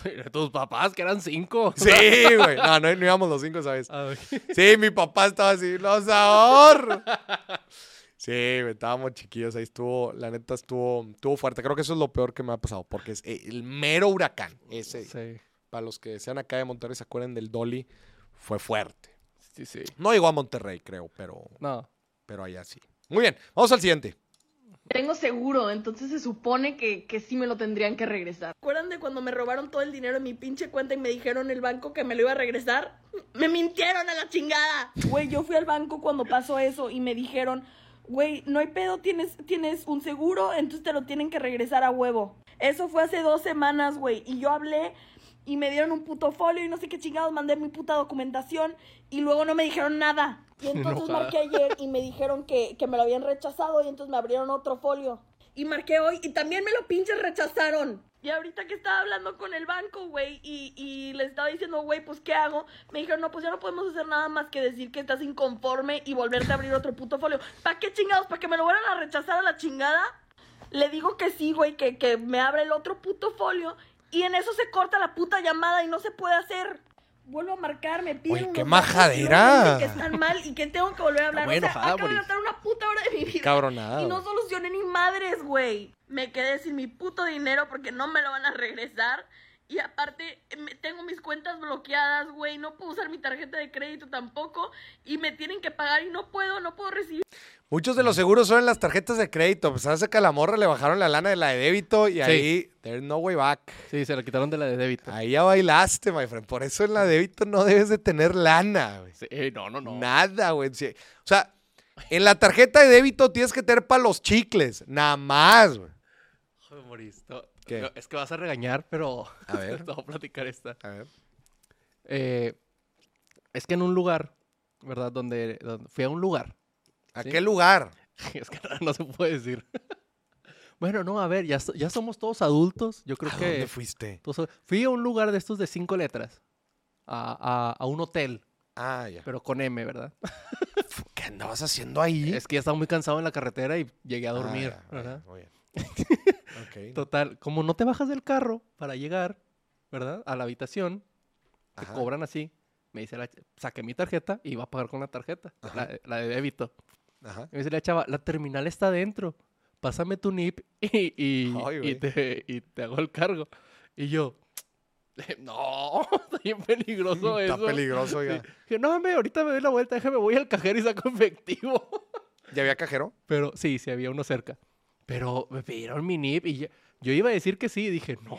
[SPEAKER 2] Mira, Tus papás, que eran cinco. Ah,
[SPEAKER 1] Sí, güey. No, no, no íbamos los cinco, ¿sabes?
[SPEAKER 2] A ver.
[SPEAKER 1] Sí, mi papá estaba así, los ahorros. Sí, güey, estábamos chiquillos, ahí estuvo, la neta estuvo, estuvo fuerte. Creo que eso es lo peor que me ha pasado, porque es eh, el mero huracán. Ese,
[SPEAKER 2] Sí.
[SPEAKER 1] para los que sean acá de Monterrey, se acuerden del Dolly, fue fuerte.
[SPEAKER 2] Sí, sí.
[SPEAKER 1] No llegó a Monterrey, creo, pero,
[SPEAKER 2] No.
[SPEAKER 1] pero allá sí. Muy bien, vamos al siguiente.
[SPEAKER 4] tengo seguro, entonces se supone que, que sí me lo tendrían que regresar.
[SPEAKER 5] ¿Recuerdan de cuando me robaron todo el dinero en mi pinche cuenta y me dijeron el banco que me lo iba a regresar? ¡Me mintieron a la chingada! Güey, yo fui al banco cuando pasó eso y me dijeron, güey, no hay pedo, tienes, tienes un seguro, entonces te lo tienen que regresar a huevo. Eso fue hace dos semanas, güey, y yo hablé y me dieron un puto folio y no sé qué chingados, mandé mi puta documentación y luego no me dijeron nada. Y entonces
[SPEAKER 2] Enojada.
[SPEAKER 5] marqué ayer y me dijeron que, que me lo habían rechazado y entonces me abrieron otro folio. Y marqué hoy y también me lo pinches rechazaron. Y ahorita que estaba hablando con el banco, güey, y, y le estaba diciendo, güey, pues ¿qué hago? Me dijeron, no, pues ya no podemos hacer nada más que decir que estás inconforme y volverte a abrir otro puto folio. ¿Para qué chingados? ¿Para que me lo vuelvan a rechazar a la chingada? Le digo que sí, güey, que, que me abre el otro puto folio y en eso se corta la puta llamada y no se puede hacer. Vuelvo a marcar, me piden
[SPEAKER 1] Oye,
[SPEAKER 5] unos
[SPEAKER 1] qué
[SPEAKER 5] datos
[SPEAKER 1] majadera.
[SPEAKER 5] y luego me dicen Que están mal y que tengo que volver a hablar.
[SPEAKER 2] muy
[SPEAKER 5] o sea,
[SPEAKER 2] enojada,
[SPEAKER 5] acabo de
[SPEAKER 2] Boris.
[SPEAKER 5] gastar una puta hora de mi vida.
[SPEAKER 1] Cabronada,
[SPEAKER 5] Y no
[SPEAKER 1] güey.
[SPEAKER 5] solucioné ni madres, güey. Me quedé sin mi puto dinero porque no me lo van a regresar. Y aparte, me- tengo mis cuentas bloqueadas, güey. No puedo usar mi tarjeta de crédito tampoco. Y me tienen que pagar y no puedo, no puedo recibir.
[SPEAKER 1] Muchos de los seguros son en las tarjetas de crédito. Pues hace que a la morra le bajaron la lana de la de débito y ahí, there's no way back.
[SPEAKER 2] Sí, se la quitaron de la de débito.
[SPEAKER 1] Ahí ya bailaste, my friend. Por eso en la de débito no debes de tener lana, güey.
[SPEAKER 2] Sí, no, no, no.
[SPEAKER 1] Nada, güey. Sí. O sea, en la tarjeta de débito tienes que tener para los chicles. Nada más, güey.
[SPEAKER 2] Joder, Boris, no,
[SPEAKER 1] ¿Qué?
[SPEAKER 2] no, es que vas a regañar, pero
[SPEAKER 1] A ver.
[SPEAKER 2] te voy a platicar esta.
[SPEAKER 1] A ver.
[SPEAKER 2] Eh, es que en un lugar, ¿verdad? Donde, donde- fui a un lugar.
[SPEAKER 1] ¿A
[SPEAKER 2] Sí.
[SPEAKER 1] qué lugar?
[SPEAKER 2] Es que no se puede decir. bueno, no, a ver, ya, so- ya somos todos adultos. Yo creo
[SPEAKER 1] ¿A
[SPEAKER 2] que.
[SPEAKER 1] dónde fuiste?
[SPEAKER 2] todos- fui a un lugar de estos de cinco letras. A, a- a un hotel,
[SPEAKER 1] Ah, ya.
[SPEAKER 2] pero con M, ¿verdad?
[SPEAKER 1] ¿Qué andabas haciendo ahí?
[SPEAKER 2] Es que ya estaba muy cansado en la carretera y llegué a dormir,
[SPEAKER 1] Ah, ya, muy
[SPEAKER 2] ¿verdad?
[SPEAKER 1] bien, muy bien. Ok, no.
[SPEAKER 2] Total, como no te bajas del carro para llegar, ¿verdad? A la habitación, te
[SPEAKER 1] Ajá.
[SPEAKER 2] cobran así. Me dice la ch- saqué mi tarjeta y iba a pagar con la tarjeta, la, de- la de débito.
[SPEAKER 1] Ajá.
[SPEAKER 2] Y me dice la chava, la terminal está adentro. Pásame tu NIP y, y-
[SPEAKER 1] Ay,
[SPEAKER 2] y
[SPEAKER 1] güey.
[SPEAKER 2] te, y te hago el cargo. Y yo, no, está bien peligroso eso.
[SPEAKER 1] Está peligroso ya.
[SPEAKER 2] Sí. Dije, no, hombre, ahorita me doy la vuelta, déjame, voy al cajero y saco efectivo.
[SPEAKER 1] ¿Ya había cajero?
[SPEAKER 2] Pero sí, sí, había uno cerca. Pero me pidieron mi NIP y ya- yo iba a decir que sí. Y dije, no,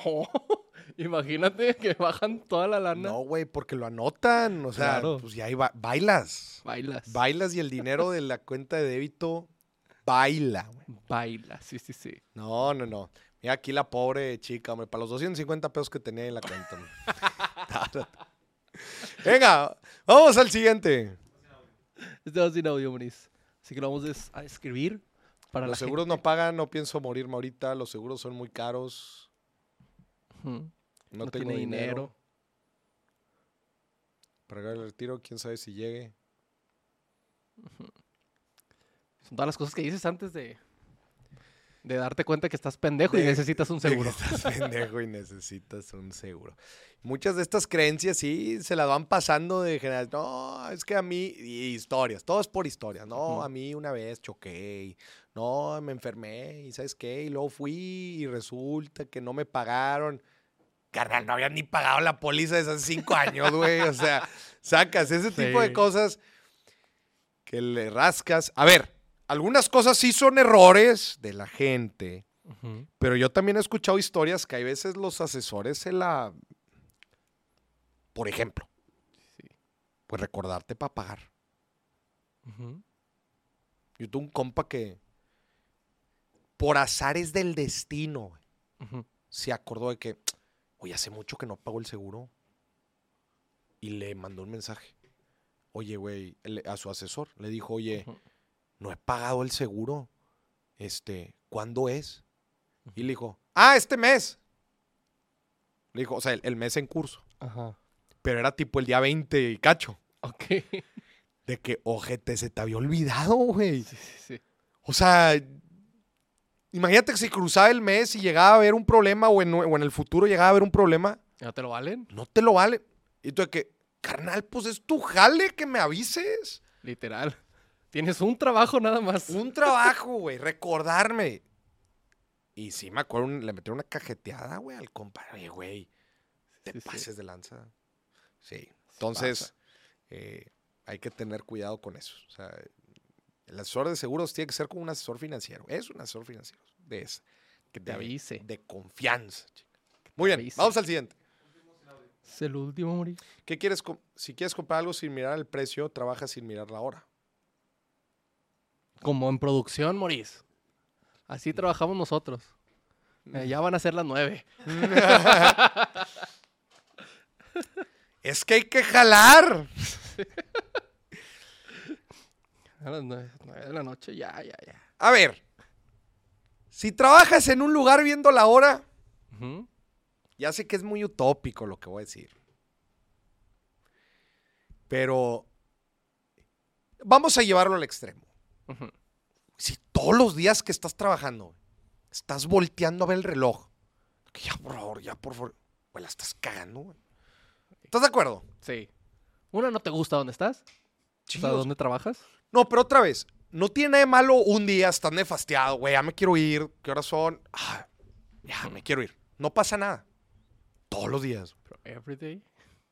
[SPEAKER 2] imagínate que bajan toda la lana.
[SPEAKER 1] No, güey, porque lo anotan. O sea,
[SPEAKER 2] Claro.
[SPEAKER 1] pues ya ahí ba- bailas.
[SPEAKER 2] Bailas.
[SPEAKER 1] Bailas y el dinero de la cuenta de débito baila, güey.
[SPEAKER 2] Bailas, sí, sí, sí.
[SPEAKER 1] No, no, no. Mira aquí la pobre chica, hombre, para los 250 pesos que tenía en la cuenta. hombre. Venga, vamos al siguiente.
[SPEAKER 2] Estamos sin audio, Moniz. Así que lo vamos es- a escribir para la
[SPEAKER 1] Los seguros no pagan, no pienso morirme ahorita, los seguros son muy caros,
[SPEAKER 2] gente. Ujú.
[SPEAKER 1] no, tengo dinero. Para pagar el retiro, quién sabe si llegue.
[SPEAKER 2] Son todas las cosas que dices antes de, de darte cuenta que estás pendejo y necesitas un seguro.
[SPEAKER 1] Estás pendejo y necesitas un seguro. Muchas de estas creencias sí se las van pasando de general. No, es que a mí, y historias, todo es por historias. No,
[SPEAKER 2] Ujú.
[SPEAKER 1] a mí una vez choqué, y no, me enfermé, y sabes qué, y luego fui y resulta que no me pagaron. Carnal, no habían ni pagado la póliza desde hace cinco años, güey. O sea, sacas ese tipo de
[SPEAKER 2] Sí.
[SPEAKER 1] cosas que le rascas. A ver, algunas cosas sí son errores de la gente.
[SPEAKER 2] Ujú.
[SPEAKER 1] Pero yo también he escuchado historias que hay veces los asesores se la... Por ejemplo,
[SPEAKER 2] Sí.
[SPEAKER 1] pues recordarte para pagar.
[SPEAKER 2] Ujú.
[SPEAKER 1] Yo tuve un compa que por azares del destino güey,
[SPEAKER 2] Ujú.
[SPEAKER 1] se acordó de que, oye, hace mucho que no pagó el seguro. Y le mandó un mensaje. Oye, güey, le- a su asesor le dijo, oye,
[SPEAKER 2] Ujú.
[SPEAKER 1] no he pagado el seguro. Este, ¿cuándo es? Y le dijo, ah, este mes. Le dijo, o sea, el, el mes en curso.
[SPEAKER 2] Ajá.
[SPEAKER 1] Pero era tipo el día 20 y cacho.
[SPEAKER 2] Ok.
[SPEAKER 1] De que, ojete, se te había olvidado, güey.
[SPEAKER 2] Sí, sí, sí.
[SPEAKER 1] O sea, imagínate que si cruzaba el mes y llegaba a haber un problema o en, o en el futuro llegaba a haber un problema,
[SPEAKER 2] ¿No te lo valen?
[SPEAKER 1] no te lo vale. Y tú de que, carnal, pues es tu jale que me avises.
[SPEAKER 2] Literal. Tienes un trabajo nada más.
[SPEAKER 1] Un trabajo, güey, recordarme. Y sí, me acuerdo, un- le metieron una cajeteada, güey, al compadre. Oye, güey, te
[SPEAKER 2] Sí, sí.
[SPEAKER 1] pases de lanza. Sí. Entonces, eh, hay que tener cuidado con eso. O sea, El asesor de seguros tiene que ser como un asesor financiero. Es un asesor financiero. De ese. Que
[SPEAKER 2] Te
[SPEAKER 1] avi-
[SPEAKER 2] avise.
[SPEAKER 1] De confianza. chica. Muy bien,
[SPEAKER 2] avise.
[SPEAKER 1] vamos al siguiente.
[SPEAKER 2] Es el último a morir.
[SPEAKER 1] ¿Qué quieres? com- Si quieres comprar algo sin mirar el precio, trabaja sin mirar la hora.
[SPEAKER 2] Como en producción, Morís. Así trabajamos nosotros. Eh, ya van a ser las nueve.
[SPEAKER 1] Es que hay que jalar.
[SPEAKER 2] A las nueve, nueve de la noche, ya, ya, ya.
[SPEAKER 1] A ver. Si trabajas en un lugar viendo la hora,
[SPEAKER 2] Ujú.
[SPEAKER 1] ya sé que es muy utópico lo que voy a decir. Pero vamos a llevarlo al extremo.
[SPEAKER 2] Ujú.
[SPEAKER 1] Si todos los días que estás trabajando estás volteando a ver el reloj, que ya por favor, ya por favor, güey, la estás cagando. güey. ¿Estás de acuerdo?
[SPEAKER 2] Sí. Una, ¿no te gusta dónde estás?
[SPEAKER 1] Sí,
[SPEAKER 2] o sea,
[SPEAKER 1] o sea,
[SPEAKER 2] ¿dónde trabajas?
[SPEAKER 1] No, pero otra vez, no tiene nada de malo un día estar nefasteado, güey, ya me quiero ir, ¿qué horas son? Ah, ya me quiero ir. No pasa nada. Todos los días.
[SPEAKER 2] Pero everyday.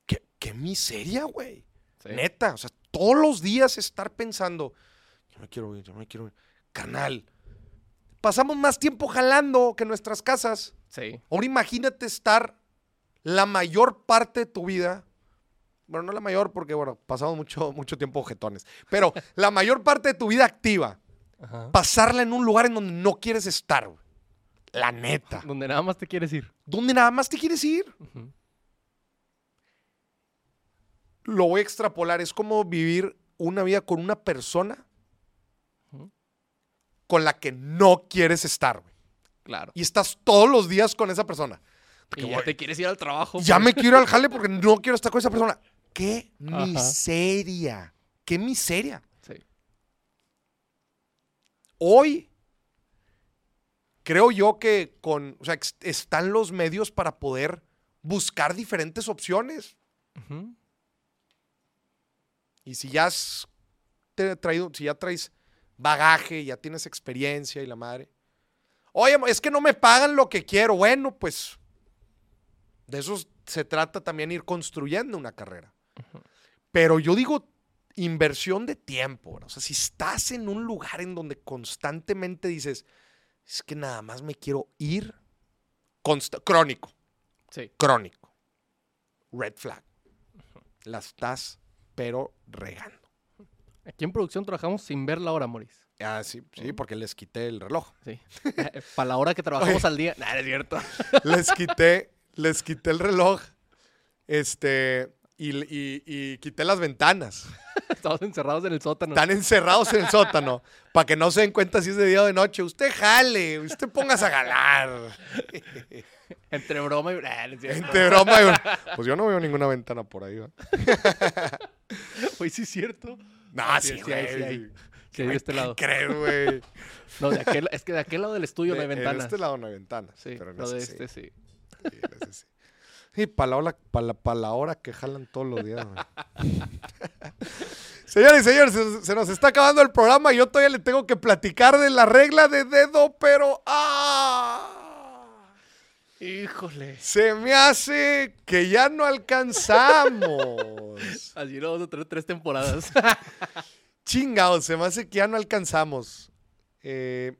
[SPEAKER 1] Qué, qué miseria, güey.
[SPEAKER 2] Sí.
[SPEAKER 1] Neta, o sea, todos los días estar pensando, yo me quiero ir, yo me quiero ir. Carnal, pasamos más tiempo jalando que en nuestras casas.
[SPEAKER 2] Sí.
[SPEAKER 1] Ahora imagínate estar la mayor parte de tu vida. Bueno, no la mayor porque, bueno, pasamos mucho, mucho tiempo jetones. Pero la mayor parte de tu vida activa.
[SPEAKER 2] Ajá.
[SPEAKER 1] Pasarla en un lugar en donde no quieres estar, güey. La neta.
[SPEAKER 2] Donde nada más te quieres ir.
[SPEAKER 1] Donde nada más te quieres ir.
[SPEAKER 2] Ujú.
[SPEAKER 1] Lo voy a extrapolar. Es como vivir una vida con una persona
[SPEAKER 2] Ujú.
[SPEAKER 1] con la que no quieres estar, güey.
[SPEAKER 2] Claro.
[SPEAKER 1] Y estás todos los días con esa persona.
[SPEAKER 2] Y,
[SPEAKER 1] Porque,
[SPEAKER 2] ya
[SPEAKER 1] güey,
[SPEAKER 2] te quieres ir al trabajo.
[SPEAKER 1] ya
[SPEAKER 2] güey.
[SPEAKER 1] me quiero ir al jale porque no quiero estar con esa persona. ¡Qué
[SPEAKER 2] Ajá.
[SPEAKER 1] miseria! ¡Qué miseria!
[SPEAKER 2] Sí.
[SPEAKER 1] Hoy, creo yo que con. O sea, ex- están los medios para poder buscar diferentes opciones.
[SPEAKER 2] Ujú.
[SPEAKER 1] Y si ya has te- traído, si ya traes bagaje, ya tienes experiencia y la madre. Oye, es que no me pagan lo que quiero. Bueno, pues de eso se trata también ir construyendo una carrera. Pero yo digo inversión de tiempo. ¿verdad? O sea, si estás en un lugar en donde constantemente dices, es que nada más me quiero ir, consta- crónico
[SPEAKER 2] Sí.
[SPEAKER 1] crónico. Red flag. La estás, pero regando.
[SPEAKER 2] Aquí en producción trabajamos sin ver la hora, Moris.
[SPEAKER 1] Ah, sí, sí, porque les quité el reloj.
[SPEAKER 2] Sí. Para la hora que trabajamos al día. Nah, no es cierto.
[SPEAKER 1] Les quité, les quité el reloj. Este, y, y- y quité las ventanas.
[SPEAKER 2] Estamos encerrados en el sótano.
[SPEAKER 1] Están encerrados en el sótano para que no se den cuenta si es de día o de noche. Usted jale, usted pongas a galar.
[SPEAKER 2] Entre broma y. Nah, no es cierto.
[SPEAKER 1] Entre broma. y- Pues yo no veo ninguna ventana por ahí. ¿va?
[SPEAKER 2] Güey, sí es cierto.
[SPEAKER 1] No, sí,
[SPEAKER 2] Sí, Ah, sí,
[SPEAKER 1] güey,
[SPEAKER 2] sí, hay.
[SPEAKER 1] sí.
[SPEAKER 2] Sí, de este lado.
[SPEAKER 1] Creo, güey.
[SPEAKER 2] No, de aquel, es que de aquel lado del estudio no hay
[SPEAKER 1] De- en
[SPEAKER 2] ventanas.
[SPEAKER 1] este lado no hay ventanas.
[SPEAKER 2] Sí,
[SPEAKER 1] pero en
[SPEAKER 2] lo de
[SPEAKER 1] este sí.
[SPEAKER 2] este sí.
[SPEAKER 1] Sí, en ese sí. Sí, para la, ola- pa' la, pa' la hora que jalan todos los días. güey. Señores y señores, se, se nos está acabando el programa y yo todavía le tengo que platicar de la regla de dedo, pero ¡ah!
[SPEAKER 2] Híjole.
[SPEAKER 1] Se me hace que ya no alcanzamos.
[SPEAKER 2] Así lo vamos a tener tres temporadas.
[SPEAKER 1] Chingados, se me hace que ya no alcanzamos. Eh,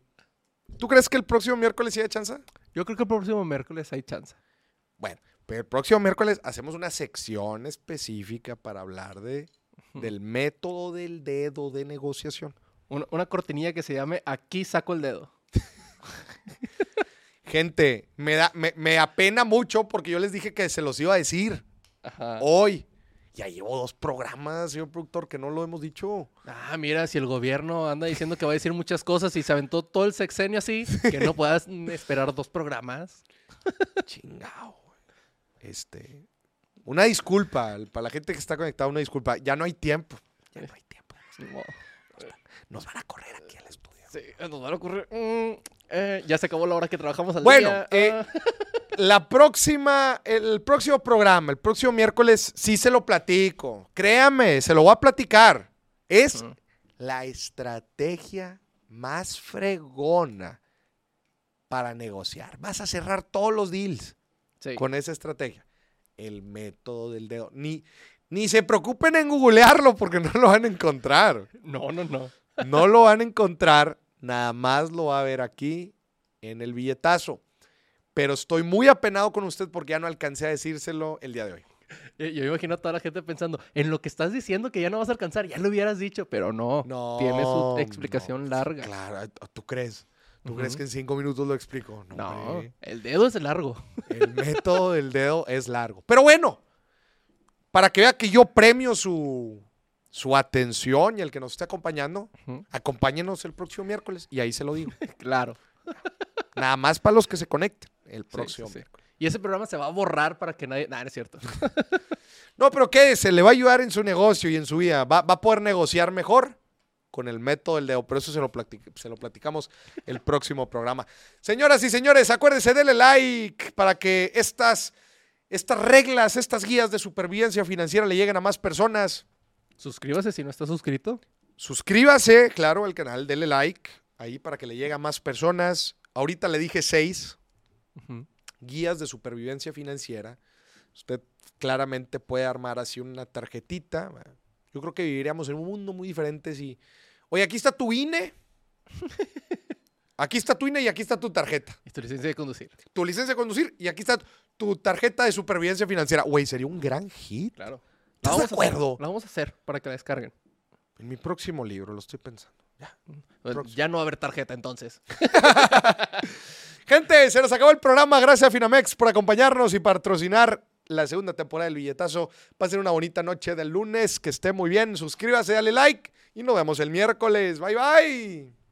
[SPEAKER 1] ¿Tú crees que el próximo miércoles sí hay chance?
[SPEAKER 2] Yo creo que el próximo miércoles hay chance.
[SPEAKER 1] Bueno, pero el próximo miércoles hacemos una sección específica para hablar de, del método del dedo de negociación.
[SPEAKER 2] Una, una cortinilla que se llame Aquí saco el dedo.
[SPEAKER 1] Gente, me, da, me, me apena mucho porque yo les dije que se los iba a decir
[SPEAKER 2] Ajá.
[SPEAKER 1] hoy. Ya llevo dos programas, señor productor, que no lo hemos dicho.
[SPEAKER 2] Ah, mira, si el gobierno anda diciendo que va a decir muchas cosas y se aventó todo el sexenio así, que no puedas mm, esperar dos programas.
[SPEAKER 1] Chingado. güey. Este, una disculpa al- para la gente que está conectada, una disculpa. Ya no hay tiempo. Ya no hay tiempo.
[SPEAKER 2] Ni modo.
[SPEAKER 1] Nos van a correr aquí al estudio.
[SPEAKER 2] Sí, nos van a ocurrir. mm, eh, ya se acabó la hora que trabajamos al
[SPEAKER 1] Bueno,
[SPEAKER 2] día.
[SPEAKER 1] eh,
[SPEAKER 2] ah.
[SPEAKER 1] La próxima, el próximo programa, el próximo miércoles, sí se lo platico. Créame, se lo voy a platicar. Es
[SPEAKER 2] Ujú.
[SPEAKER 1] la estrategia más fregona para negociar. Vas a cerrar todos los deals
[SPEAKER 2] Sí.
[SPEAKER 1] con esa estrategia. El método del dedo. Ni, ni se preocupen en googlearlo porque no lo van a encontrar.
[SPEAKER 2] No, no, no.
[SPEAKER 1] No lo van a encontrar, nada más lo va a ver aquí en el billetazo. Pero estoy muy apenado con usted porque ya no alcancé a decírselo el día de hoy.
[SPEAKER 2] Eh, Yo, yo imagino a toda la gente pensando, en lo que estás diciendo que ya no vas a alcanzar, ya lo hubieras dicho, pero no.
[SPEAKER 1] No.
[SPEAKER 2] tiene su
[SPEAKER 1] no.
[SPEAKER 2] explicación larga.
[SPEAKER 1] Claro, ¿tú crees? ¿Tú
[SPEAKER 2] Ujú.
[SPEAKER 1] crees que en cinco minutos lo explico? No.
[SPEAKER 2] No,
[SPEAKER 1] hombre.
[SPEAKER 2] el dedo es largo.
[SPEAKER 1] El método del dedo es largo. Pero bueno, para que vea que yo premio su, su atención y el que nos esté acompañando,
[SPEAKER 2] Ujú.
[SPEAKER 1] acompáñenos el próximo miércoles y ahí se lo digo.
[SPEAKER 2] Claro.
[SPEAKER 1] Nada más para los que se conecten el
[SPEAKER 2] Sí, sí,
[SPEAKER 1] próximo
[SPEAKER 2] sí. Y ese programa se va a borrar para que nadie... Nah, no es cierto.
[SPEAKER 1] No, pero ¿qué? Se le va a ayudar en su negocio y en su vida. Va, va a poder negociar mejor con el método del dedo. Pero eso se lo, platic- se lo platicamos el próximo programa. Señoras y señores, acuérdense, denle like para que estas, estas reglas, estas guías de supervivencia financiera le lleguen a más personas.
[SPEAKER 2] Suscríbase si no está suscrito.
[SPEAKER 1] Suscríbase, claro, al canal, denle like ahí para que le llegue a más personas. Ahorita le dije seis.
[SPEAKER 2] Ujú.
[SPEAKER 1] guías de supervivencia financiera. Usted claramente puede armar así una tarjetita. Yo creo que viviríamos en un mundo muy diferente si... Oye, aquí está tu INE. Aquí está tu INE y aquí está tu tarjeta.
[SPEAKER 2] Y tu licencia de conducir.
[SPEAKER 1] Tu licencia de conducir y aquí está tu tarjeta de supervivencia financiera. Güey, sería un gran hit.
[SPEAKER 2] Claro.
[SPEAKER 1] ¿Estás de acuerdo?
[SPEAKER 2] La vamos a hacer para que la descarguen.
[SPEAKER 1] En mi próximo libro, lo estoy pensando. Próximo.
[SPEAKER 2] Ya no va a haber tarjeta entonces.
[SPEAKER 1] Gente, se nos acabó el programa. Gracias a Finamex por acompañarnos y patrocinar la segunda temporada del billetazo. Pasen una bonita noche del lunes, que esté muy bien. Suscríbase, dale like y nos vemos el miércoles. Bye bye.